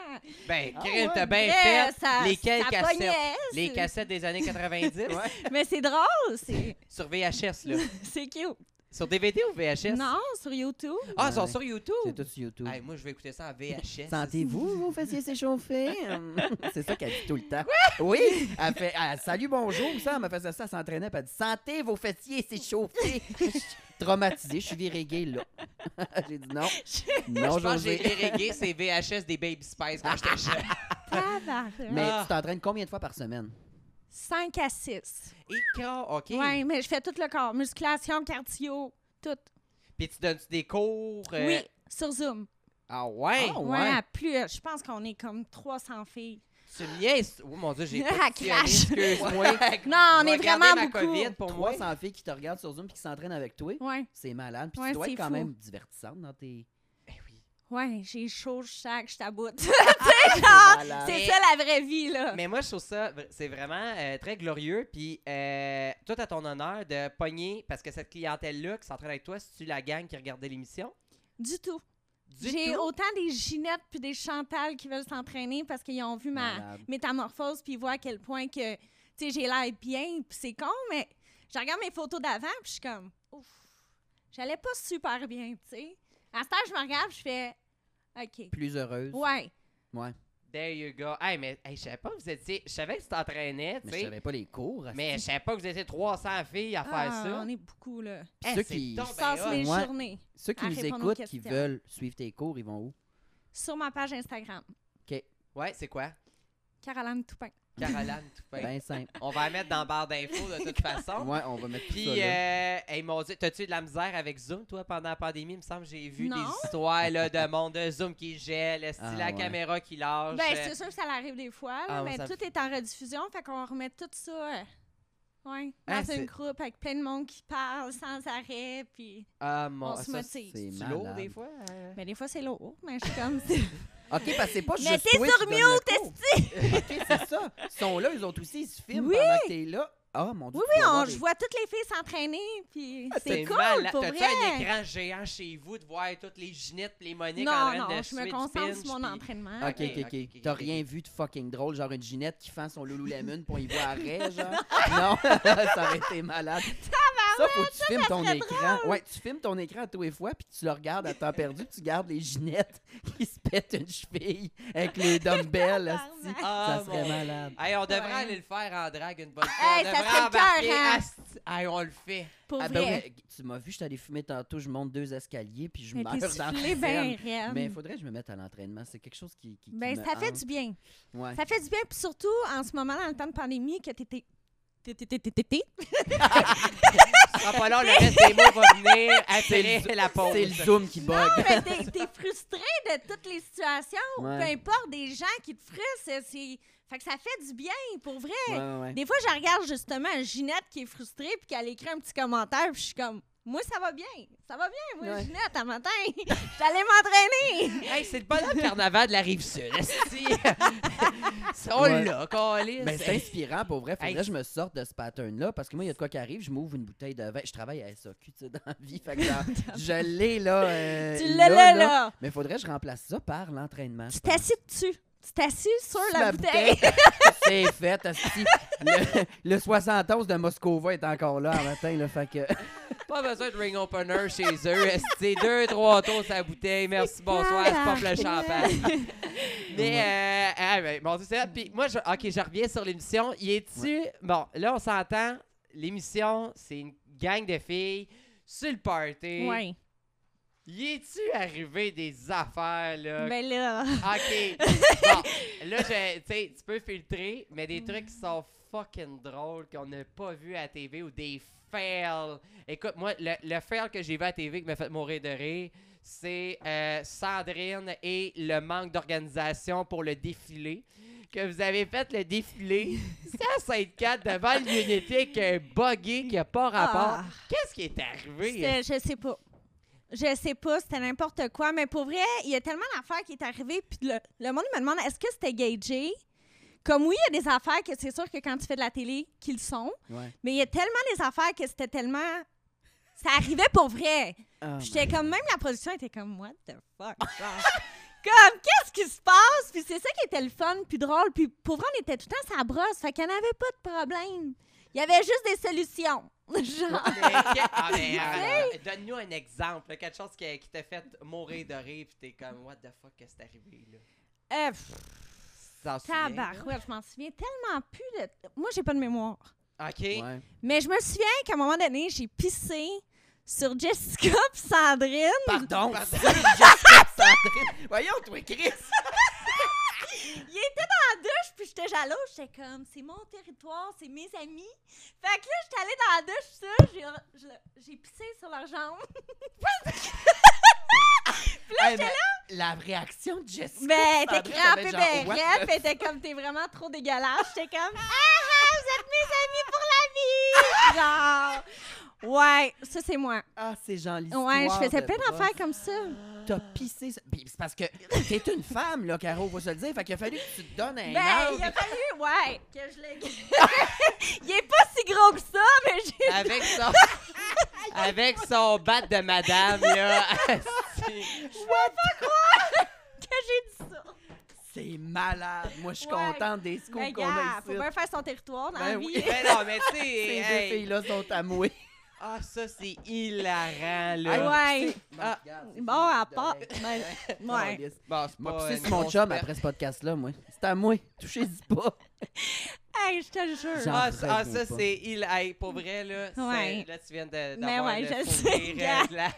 Speaker 2: Ben,
Speaker 3: Ah
Speaker 2: crime,
Speaker 3: ouais.
Speaker 2: t'as bien
Speaker 4: Là,
Speaker 2: fait.
Speaker 4: ça-
Speaker 2: Lesquelles
Speaker 4: ça
Speaker 2: cassettes?
Speaker 4: pognait,
Speaker 2: Les
Speaker 4: c'est-
Speaker 2: cassettes des années 90?
Speaker 4: Mais c'est drôle, c'est
Speaker 2: Sur VHS, là.
Speaker 4: c'est cute.
Speaker 2: Sur DVD ou VHS?
Speaker 4: Non, sur YouTube.
Speaker 2: Ah, ils sont
Speaker 3: Ouais.
Speaker 2: sur YouTube?
Speaker 3: C'est tout sur YouTube.
Speaker 2: Hey, moi, je vais écouter ça en VHS.
Speaker 3: Sentez-vous vos fessiers s'échauffer? Hum, c'est ça qu'elle dit tout le temps. Oui! Elle fait elle, salut, bonjour, ça. Elle m'a fait ça, ça elle s'entraînait. puis Elle dit Sentez vos fessiers s'échauffer. Je suis Traumatisée, je suis virée gay, là. j'ai dit non. Non,
Speaker 2: je pense que j'ai
Speaker 3: José.
Speaker 2: irrigué ces VHS des Baby Spice quand j'étais jeune.
Speaker 4: Tabarnak.
Speaker 3: Mais
Speaker 2: Ah.
Speaker 3: tu t'entraînes combien de fois par semaine?
Speaker 4: 5 à 6.
Speaker 2: Et quand- OK.
Speaker 4: Ouais, mais je fais tout le corps. Musculation, cardio, tout.
Speaker 2: Puis tu donnes des cours. euh,
Speaker 4: Oui, sur Zoom.
Speaker 2: Ah ouais?
Speaker 3: Ah
Speaker 4: Ouais,
Speaker 3: ouais.
Speaker 4: à plus. Je pense qu'on est comme 300 filles.
Speaker 2: Tu me niaises? Oh mon Dieu, j'ai
Speaker 4: Elle
Speaker 2: pas questionné,
Speaker 4: crache.
Speaker 2: excuse-moi.
Speaker 4: Non, on
Speaker 2: Je
Speaker 4: est
Speaker 2: vais regarder
Speaker 4: vraiment
Speaker 2: ma
Speaker 4: beaucoup.
Speaker 2: COVID pour moi.
Speaker 3: 300 filles qui te regardent sur Zoom puis qui s'entraînent avec toi.
Speaker 4: Ouais,
Speaker 3: C'est malade. Puis
Speaker 4: Ouais,
Speaker 3: tu dois
Speaker 4: c'est
Speaker 3: être quand
Speaker 4: fou.
Speaker 3: même divertissante dans tes.
Speaker 2: Eh oui.
Speaker 4: ouais, j'ai chaud, je sac, je taboute.
Speaker 3: C'est
Speaker 2: Ah!
Speaker 3: malade.
Speaker 4: C'est
Speaker 2: Mais-
Speaker 4: ça la vraie vie, là.
Speaker 2: Mais moi, je trouve ça, vr- c'est vraiment euh, très glorieux. Puis, euh, tout à ton honneur de pogner, parce que cette clientèle-là qui s'entraîne avec toi, c'est-tu la gang qui regardait l'émission?
Speaker 4: Du tout.
Speaker 2: Du
Speaker 4: J'ai
Speaker 2: tout?
Speaker 4: autant des Ginettes puis des Chantal qui veulent s'entraîner parce qu'ils ont vu ma
Speaker 3: Malade.
Speaker 4: métamorphose puis ils voient à quel point que, tu sais, j'ai l'air bien. Puis c'est con, mais je regarde mes photos d'avant puis je suis comme, ouf, j'allais pas super bien, tu sais. À ce temps, je me regarde puis je fais, OK.
Speaker 3: Plus heureuse.
Speaker 4: Ouais.
Speaker 2: There you go. Hey, mais hey, je savais pas que vous étiez. Je savais que tu t'entraînais, tu
Speaker 3: Mais je
Speaker 2: sais.
Speaker 3: savais pas les cours.
Speaker 2: Mais je savais pas que vous étiez 300 filles à faire
Speaker 4: Ah,
Speaker 2: ça.
Speaker 4: On est beaucoup, là.
Speaker 2: Eh,
Speaker 3: Ceux
Speaker 2: c'est
Speaker 3: qui-
Speaker 2: donc
Speaker 4: Je
Speaker 2: ben
Speaker 4: passe
Speaker 2: hot.
Speaker 4: mes
Speaker 3: Moi-
Speaker 4: journées
Speaker 3: Ceux qui
Speaker 4: à
Speaker 3: nous
Speaker 4: répondre aux
Speaker 3: écoutent, qui
Speaker 4: questions.
Speaker 3: veulent suivre tes cours, ils vont où?
Speaker 4: sur ma page Instagram,
Speaker 2: Ouais, c'est quoi?
Speaker 4: Caroline Toupin.
Speaker 2: Caroline Toupin.
Speaker 3: Ben simple.
Speaker 2: On va la mettre dans la barre d'infos de toute façon.
Speaker 3: Ouais, on va mettre tout
Speaker 2: Puis,
Speaker 3: ça là.
Speaker 2: euh, hey, mon Dieu, t'as-tu eu de la misère avec Zoom, toi, pendant la pandémie? Il me semble que j'ai vu
Speaker 4: Non.
Speaker 2: des histoires là, de monde de Zoom qui gèle, style
Speaker 3: Ah,
Speaker 2: la
Speaker 3: ouais.
Speaker 2: caméra qui lâche.
Speaker 4: Ben,
Speaker 2: euh,
Speaker 4: c'est sûr que ça l'arrive des fois, là,
Speaker 2: Ah, moi,
Speaker 4: mais
Speaker 2: ça me
Speaker 4: tout est en rediffusion, fait qu'on remet tout ça euh, ouais, dans
Speaker 2: Hein, c'est-
Speaker 4: une groupe avec plein de monde qui parle sans arrêt, puis...
Speaker 2: ah, mon
Speaker 4: on se
Speaker 2: ça,
Speaker 4: motive.
Speaker 2: c'est-tu
Speaker 3: C'est
Speaker 2: lourd
Speaker 3: malade.
Speaker 2: des fois. euh?
Speaker 4: Mais des fois, c'est lourd, mais je suis comme...
Speaker 3: OK, parce que c'est pas
Speaker 4: Mais
Speaker 3: juste
Speaker 4: t'es
Speaker 3: toi
Speaker 4: sur
Speaker 3: qui donne
Speaker 4: mute,
Speaker 3: le cours. OK, c'est ça. Ils sont là, eux autres aussi, ils se filment
Speaker 4: Oui.
Speaker 3: pendant que t'es là. Ah, mon Dieu.
Speaker 4: oui,
Speaker 3: tu
Speaker 4: oui,
Speaker 3: dois
Speaker 4: on,
Speaker 3: avoir
Speaker 4: je
Speaker 3: des- Ah,
Speaker 4: vois toutes les filles s'entraîner, puis Ah, c'est
Speaker 2: C'est
Speaker 4: cool,
Speaker 2: malade.
Speaker 4: pour
Speaker 2: T'as-tu
Speaker 4: vrai!
Speaker 2: un écran géant chez vous de voir toutes les ginettes les moniques en
Speaker 4: non,
Speaker 2: train de
Speaker 4: non, je me
Speaker 2: suer du
Speaker 4: concentre sur
Speaker 2: pinch,
Speaker 4: mon
Speaker 2: puis-
Speaker 4: entraînement.
Speaker 3: OK, OK,
Speaker 2: Ok,
Speaker 3: OK.
Speaker 2: ok, ok,
Speaker 3: T'as
Speaker 2: ok.
Speaker 3: rien vu de fucking drôle, genre une Ginette qui fend son Lululemon pour y voir arrêt, genre. non, ça aurait été malade. Ça, faut que tu filmes ton écran. Ouais, tu filmes ton écran à tous les fois, puis tu le regardes à temps perdu, puis tu gardes les Ginettes qui se pètent une cheville avec les dumbbells. asti.
Speaker 2: Ah,
Speaker 3: ça serait
Speaker 2: mon-
Speaker 3: malade.
Speaker 2: Hey, on devrait
Speaker 4: Ouais.
Speaker 2: aller le faire en drague une bonne fois.
Speaker 4: Hey,
Speaker 2: on
Speaker 4: ça
Speaker 2: devrait
Speaker 4: serait le
Speaker 2: embarquer,
Speaker 4: cœur, hein?
Speaker 2: asti. Hey, on le fait.
Speaker 4: Pour
Speaker 3: Ah ben
Speaker 4: vrai,
Speaker 3: oui, tu m'as vu, je suis allé fumer tantôt, je monte deux escaliers, puis je
Speaker 4: mais
Speaker 3: meurs
Speaker 4: t'es
Speaker 3: dans la
Speaker 4: soufflé bien
Speaker 3: scène.
Speaker 4: raide.
Speaker 3: Mais il faudrait que je me mette à l'entraînement. C'est quelque chose qui. qui, qui
Speaker 4: Ben,
Speaker 3: me
Speaker 4: ça fait
Speaker 3: hante.
Speaker 4: du bien.
Speaker 3: Ouais.
Speaker 4: Ça fait du bien, puis surtout en ce moment, dans le temps de pandémie, que t'étais. t'étais- t'étais- t'étais-
Speaker 2: Sera pas long, le reste des mots va venir
Speaker 3: C'est
Speaker 2: après la pause.
Speaker 3: C'est le zoom qui bug.
Speaker 4: Non, mais t'es- t'es frustré de toutes les situations,
Speaker 3: Ouais.
Speaker 4: peu importe des gens qui te frustrent. c'est- c'est- Fait que ça fait du bien, pour vrai.
Speaker 3: Ouais, ouais, ouais.
Speaker 4: Des fois, je regarde justement Ginette qui est frustrée, puis qu'elle écrit un petit commentaire, puis je suis comme. Moi, ça va bien. Ça va bien, moi,
Speaker 3: Ouais.
Speaker 4: Ginette, à matin. J'allais m'entraîner.
Speaker 2: Hey, c'est le bonhomme carnaval de la rive sud. esti. On
Speaker 3: Ouais.
Speaker 2: l'a, câlisse.
Speaker 3: Mais Ben, c'est inspirant pour vrai. Faudrait
Speaker 2: Hey,
Speaker 3: que je me sorte de ce pattern-là parce que moi, il y a de quoi qui arrive. Je m'ouvre une bouteille de vin. Je travaille à SAQ, tu sais, dans la vie. Fait que genre, je l'ai là. euh,
Speaker 4: tu l'as là, là.
Speaker 3: Mais faudrait que je remplace ça par l'entraînement.
Speaker 4: Tu
Speaker 3: je pense.
Speaker 4: t'assis dessus. Tu t'assis sur
Speaker 3: Sous
Speaker 4: la
Speaker 3: ma
Speaker 4: bouteille.
Speaker 3: C'est fait, asti. Le, le 71 de Moscova est encore là à matin, là. Fait que.
Speaker 2: Pas besoin de ring opener chez eux. esti. deux, trois tours sa bouteille. Merci, bonsoir. C'est pas le champagne. mais, euh, ah, ben, bon, c'est ça. Puis moi, je, OK, je reviens sur l'émission. Y est-tu... Bon, là, on s'entend. L'émission, c'est une gang de filles sur le party.
Speaker 4: Ouais.
Speaker 2: Y est-tu arrivé des affaires, là,
Speaker 4: Ben là.
Speaker 2: OK. Bon, là, je- tu sais, tu peux filtrer, mais des trucs qui sont fucking drôles qu'on n'a pas vu à la TV ou des fails. Écoute, moi, le, le fail que j'ai vu à la TV qui m'a fait mourir de rire, c'est euh, Sandrine et le manque d'organisation pour le défilé. Que vous avez fait le défilé 154 devant l'unité qui est buggé, qui n'a pas rapport.
Speaker 4: Ah.
Speaker 2: Qu'est-ce qui est arrivé?
Speaker 4: C'était- Je sais pas. Je sais pas, c'était n'importe quoi, mais pour vrai, il y a tellement d'affaires qui est arrivé, puis le, le monde me demande est-ce que c'était gagé? Comme oui, il y a des affaires que c'est sûr que quand tu fais de la télé, qu'ils sont,
Speaker 3: Ouais.
Speaker 4: mais il y a tellement des affaires que c'était tellement. Ça arrivait pour vrai.
Speaker 3: Ah,
Speaker 4: J'étais
Speaker 2: ben
Speaker 4: comme, même la production était comme, what the fuck? genre. comme, qu'est-ce qui se passe? Puis c'est ça qui était le fun, puis drôle, puis pour vrai, on était tout le temps sa brosse, fait qu'il n'y en avait pas de problème. Il y avait juste des solutions. genre.
Speaker 2: Mais que- ah, mais, euh, Donne-nous un exemple, là, quelque chose qui, qui t'a fait mourir de rire, puis t'es comme, what the fuck, que c'est arrivé, là?
Speaker 4: Euh, pff,
Speaker 2: Tu t'en souviens, là?
Speaker 4: Tabarouette, je m'en souviens tellement plus de. Moi, j'ai pas de mémoire.
Speaker 2: OK.
Speaker 3: ouais.
Speaker 4: Mais je me souviens qu'à un moment donné, j'ai pissé sur Jessica pis Sandrine.
Speaker 3: Pardon,
Speaker 2: Pardon.
Speaker 3: c'est Jessica Sandrine. Voyons, toi, Chris.
Speaker 4: Il était dans la douche puis j'étais jalouse. J'étais comme, c'est mon territoire, c'est mes amis. Fait que là, j'étais allée dans la douche, ça, j'ai- je le- j'ai pissé sur leurs jambes.
Speaker 3: Hey, Eh, mais La réaction de Jessica.
Speaker 4: Mais t'es
Speaker 3: Sandra, ça
Speaker 4: crampée
Speaker 3: fait
Speaker 4: ben
Speaker 3: genre, what
Speaker 4: raide,
Speaker 3: the
Speaker 4: pis t'es comme, t'es vraiment trop dégueulasse. J'étais comme, ah ah, vous êtes mes amis pour la vie! Genre, ouais, ça c'est moi.
Speaker 3: Ah, c'est genre l'histoire.
Speaker 4: Ouais, je faisais
Speaker 3: de
Speaker 4: plein
Speaker 3: brosse.
Speaker 4: d'affaires comme ça.
Speaker 3: T'as pissé. ça. Puis C'est parce que t'es une femme, là, Caro, faut se le dire. Fait qu'il a fallu que tu te donnes un
Speaker 4: Ben, il a
Speaker 3: angle.
Speaker 4: fallu, ouais, que je le. il est pas si gros que ça, mais j'ai.
Speaker 2: Avec son, avec son bat de madame, là. asti.
Speaker 4: que j'ai dit ça.
Speaker 3: C'est malade. Moi, je suis
Speaker 4: Ouais.
Speaker 3: contente des scoops
Speaker 4: Mais
Speaker 3: qu'on a
Speaker 4: gars,
Speaker 3: ici.
Speaker 4: faut bien faire son territoire dans la
Speaker 3: Ben
Speaker 4: vie.
Speaker 3: oui.
Speaker 2: Mais non, mais tu sais,
Speaker 3: Ces
Speaker 2: hey,
Speaker 3: deux filles-là sont amouées.
Speaker 2: ah, ça, c'est hilarant, là.
Speaker 4: Ouais.
Speaker 3: Ah,
Speaker 4: Bon, à part. mais- Ouais.
Speaker 3: Ouais.
Speaker 2: Bon, c'est
Speaker 3: Moi,
Speaker 2: pas
Speaker 3: pisser
Speaker 2: une
Speaker 3: sur mon
Speaker 2: grosse
Speaker 3: chum
Speaker 2: perte.
Speaker 3: après ce podcast-là, moi. C'est à moi. Touchez-y pas.
Speaker 4: Hey, je te le jure.
Speaker 3: Genre- J'en
Speaker 2: Ah, ça- ah,
Speaker 3: reviens
Speaker 2: ça,
Speaker 3: pas.
Speaker 2: c'est il. hey, pour vrai, là, c'est-
Speaker 4: Ouais.
Speaker 2: là, tu viens de.
Speaker 4: Mais
Speaker 2: d'avoir
Speaker 4: ouais,
Speaker 2: le
Speaker 4: je
Speaker 2: fou
Speaker 4: sais,
Speaker 2: rire,
Speaker 4: gars.
Speaker 2: là.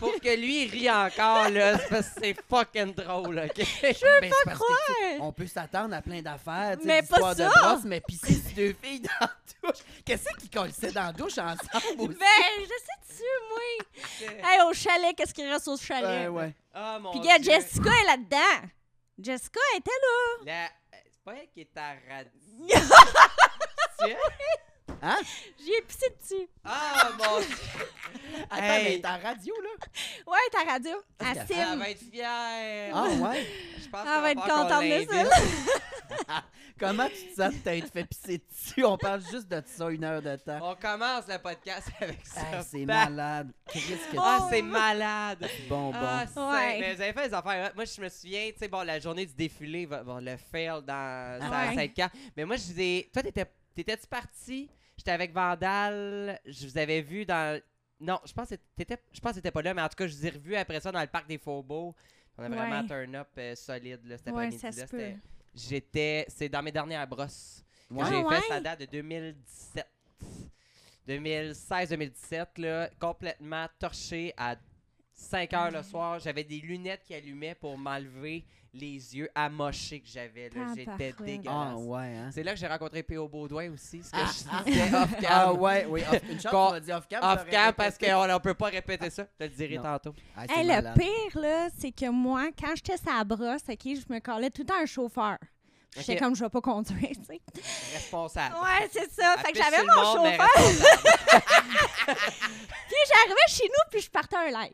Speaker 2: Pour que lui, il rie encore, là, c'est parce que c'est fucking drôle, OK?
Speaker 3: Mais Ben, c'est parce que, tu sais,
Speaker 4: Ouais.
Speaker 3: On peut s'attendre à plein d'affaires, tu
Speaker 4: Mais
Speaker 3: sais,
Speaker 4: pas
Speaker 3: d'histoires de
Speaker 4: ça.
Speaker 3: brosse, mais pisser sur deux filles dans la douche. Qu'est-ce qu'ils collissaient dans la douche ensemble aussi?
Speaker 4: Ben, je sais-tu, moi. Hey, au chalet, qu'est-ce qu'il reste au
Speaker 3: Ouais,
Speaker 4: chalet?
Speaker 3: ouais.
Speaker 2: Ah, mon
Speaker 4: Puis, gars,
Speaker 2: Dieu.
Speaker 4: Jessica est là-dedans. Jessica était là.
Speaker 2: La- euh, C'est pas elle qui est à radio.
Speaker 3: Hein?
Speaker 4: J'y ai pissé dessus.
Speaker 2: Ah, mon Dieu.
Speaker 3: Attends,
Speaker 2: Hey.
Speaker 3: mais t'es en radio, là?
Speaker 4: Ouais, ta radio. À
Speaker 3: Qu'est-ce
Speaker 2: Elle
Speaker 4: Sim.
Speaker 2: va être fière.
Speaker 3: Ah ouais?
Speaker 2: Je pense
Speaker 4: Elle va
Speaker 2: qu'on
Speaker 4: être
Speaker 2: qu'on
Speaker 4: contente de ça.
Speaker 2: l'invite.
Speaker 3: Comment tu te sens de t'être fait pisser dessus? On parle juste de ça une heure de temps.
Speaker 2: On commence le podcast avec Oh, ça.
Speaker 3: Hey, c'est
Speaker 2: Bam.
Speaker 3: malade. Chris, que
Speaker 2: Ah,
Speaker 4: Oh,
Speaker 2: c'est malade.
Speaker 3: c'est bon, bon.
Speaker 2: Ah, c'est-
Speaker 4: Ouais.
Speaker 2: mais vous avez fait des affaires. Moi, je me souviens, tu sais, bon, la journée du défilé, va- bon, le fail dans
Speaker 4: Ah ouais.
Speaker 2: 5 ans. Mais moi, je disais, toi, t'étais- t'étais-tu parti? J'étais avec Vandal, je vous avais vu dans. Non, je pense que t'étais, je pense que t'étais pas là, mais en tout cas, je vous ai revu après ça dans le parc des Faubourgs. On a vraiment
Speaker 4: Ouais.
Speaker 2: turn up euh, solide, là, cet
Speaker 4: Ouais,
Speaker 2: après-midi.
Speaker 4: ça
Speaker 2: là.
Speaker 4: se
Speaker 2: C'était-
Speaker 4: peut.
Speaker 2: J'étais. C'est dans mes dernières brosses. que
Speaker 3: Ouais.
Speaker 2: j'ai
Speaker 4: ouais.
Speaker 2: fait, ça date de 2017. 2016-2017, là, complètement torché à 5 heures le soir. J'avais des lunettes qui allumaient pour m'enlever les yeux amochés que j'avais. là. J'étais
Speaker 4: Tabarouette.
Speaker 2: dégueulasse.
Speaker 3: Ah ouais, hein?
Speaker 2: C'est là que j'ai rencontré P.O. Baudouin aussi, ce que
Speaker 3: Ah,
Speaker 2: je disais off-cam.
Speaker 3: Ah ouais, oui. off- Une chance,
Speaker 2: Qu'on-
Speaker 3: on m'a dit off-cam. j'aurais
Speaker 2: Off-cam parce
Speaker 3: répété.
Speaker 2: qu'on ne peut pas répéter ça. Je te le dirai
Speaker 3: Non.
Speaker 2: tantôt.
Speaker 3: Ah, c'est
Speaker 4: Hey, le
Speaker 3: malade.
Speaker 4: pire, là, c'est que moi, quand j'étais sa brosse, OK, je me collais tout le temps un chauffeur. J'étais
Speaker 2: Ok.
Speaker 4: comme, je vais pas conduire, tu sais.
Speaker 2: Responsable.
Speaker 4: Ouais, c'est ça.
Speaker 2: Elle
Speaker 4: Fait que
Speaker 2: pisse
Speaker 4: j'avais
Speaker 2: sur le
Speaker 4: mon
Speaker 2: monde, mais
Speaker 4: chauffeur,
Speaker 2: responsable.
Speaker 4: puis j'arrivais chez nous, puis je partais un live.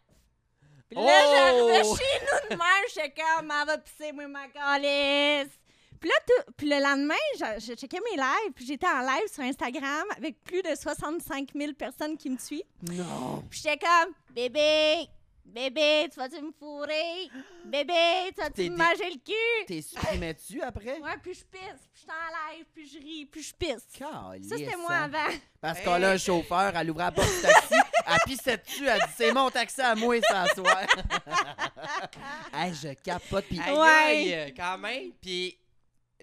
Speaker 4: Puis là,
Speaker 2: Oh!
Speaker 4: j'arrivais chez nous de même, j'étais comme, elle va pisser, moi, ma calisse. Puis là, tout- puis le lendemain, je, je checkais mes lives, puis j'étais en live sur Instagram avec plus de 65 000 personnes qui me suivent.
Speaker 3: Non!
Speaker 4: Puis j'étais comme, bébé, bébé, tu vas-tu me fourrer? Bébé, tu
Speaker 3: T'es
Speaker 4: vas-tu me
Speaker 3: dé-
Speaker 4: manger le cul?
Speaker 3: T'es supprimé-tu après?
Speaker 4: Ouais, puis je pisse, puis je suis en live, puis je ris, puis je pisse.
Speaker 3: Calisse,
Speaker 4: Ça, c'était moi
Speaker 3: hein.
Speaker 4: avant.
Speaker 3: Parce qu'on a un chauffeur, elle ouvrait la porte du taxi, elle pissait dessus, elle dit C'est mon taxi à moi, ça soir. hey, je capote, pis.
Speaker 2: Aïe,
Speaker 4: Ouais.
Speaker 2: aïe, euh, quand même. Puis,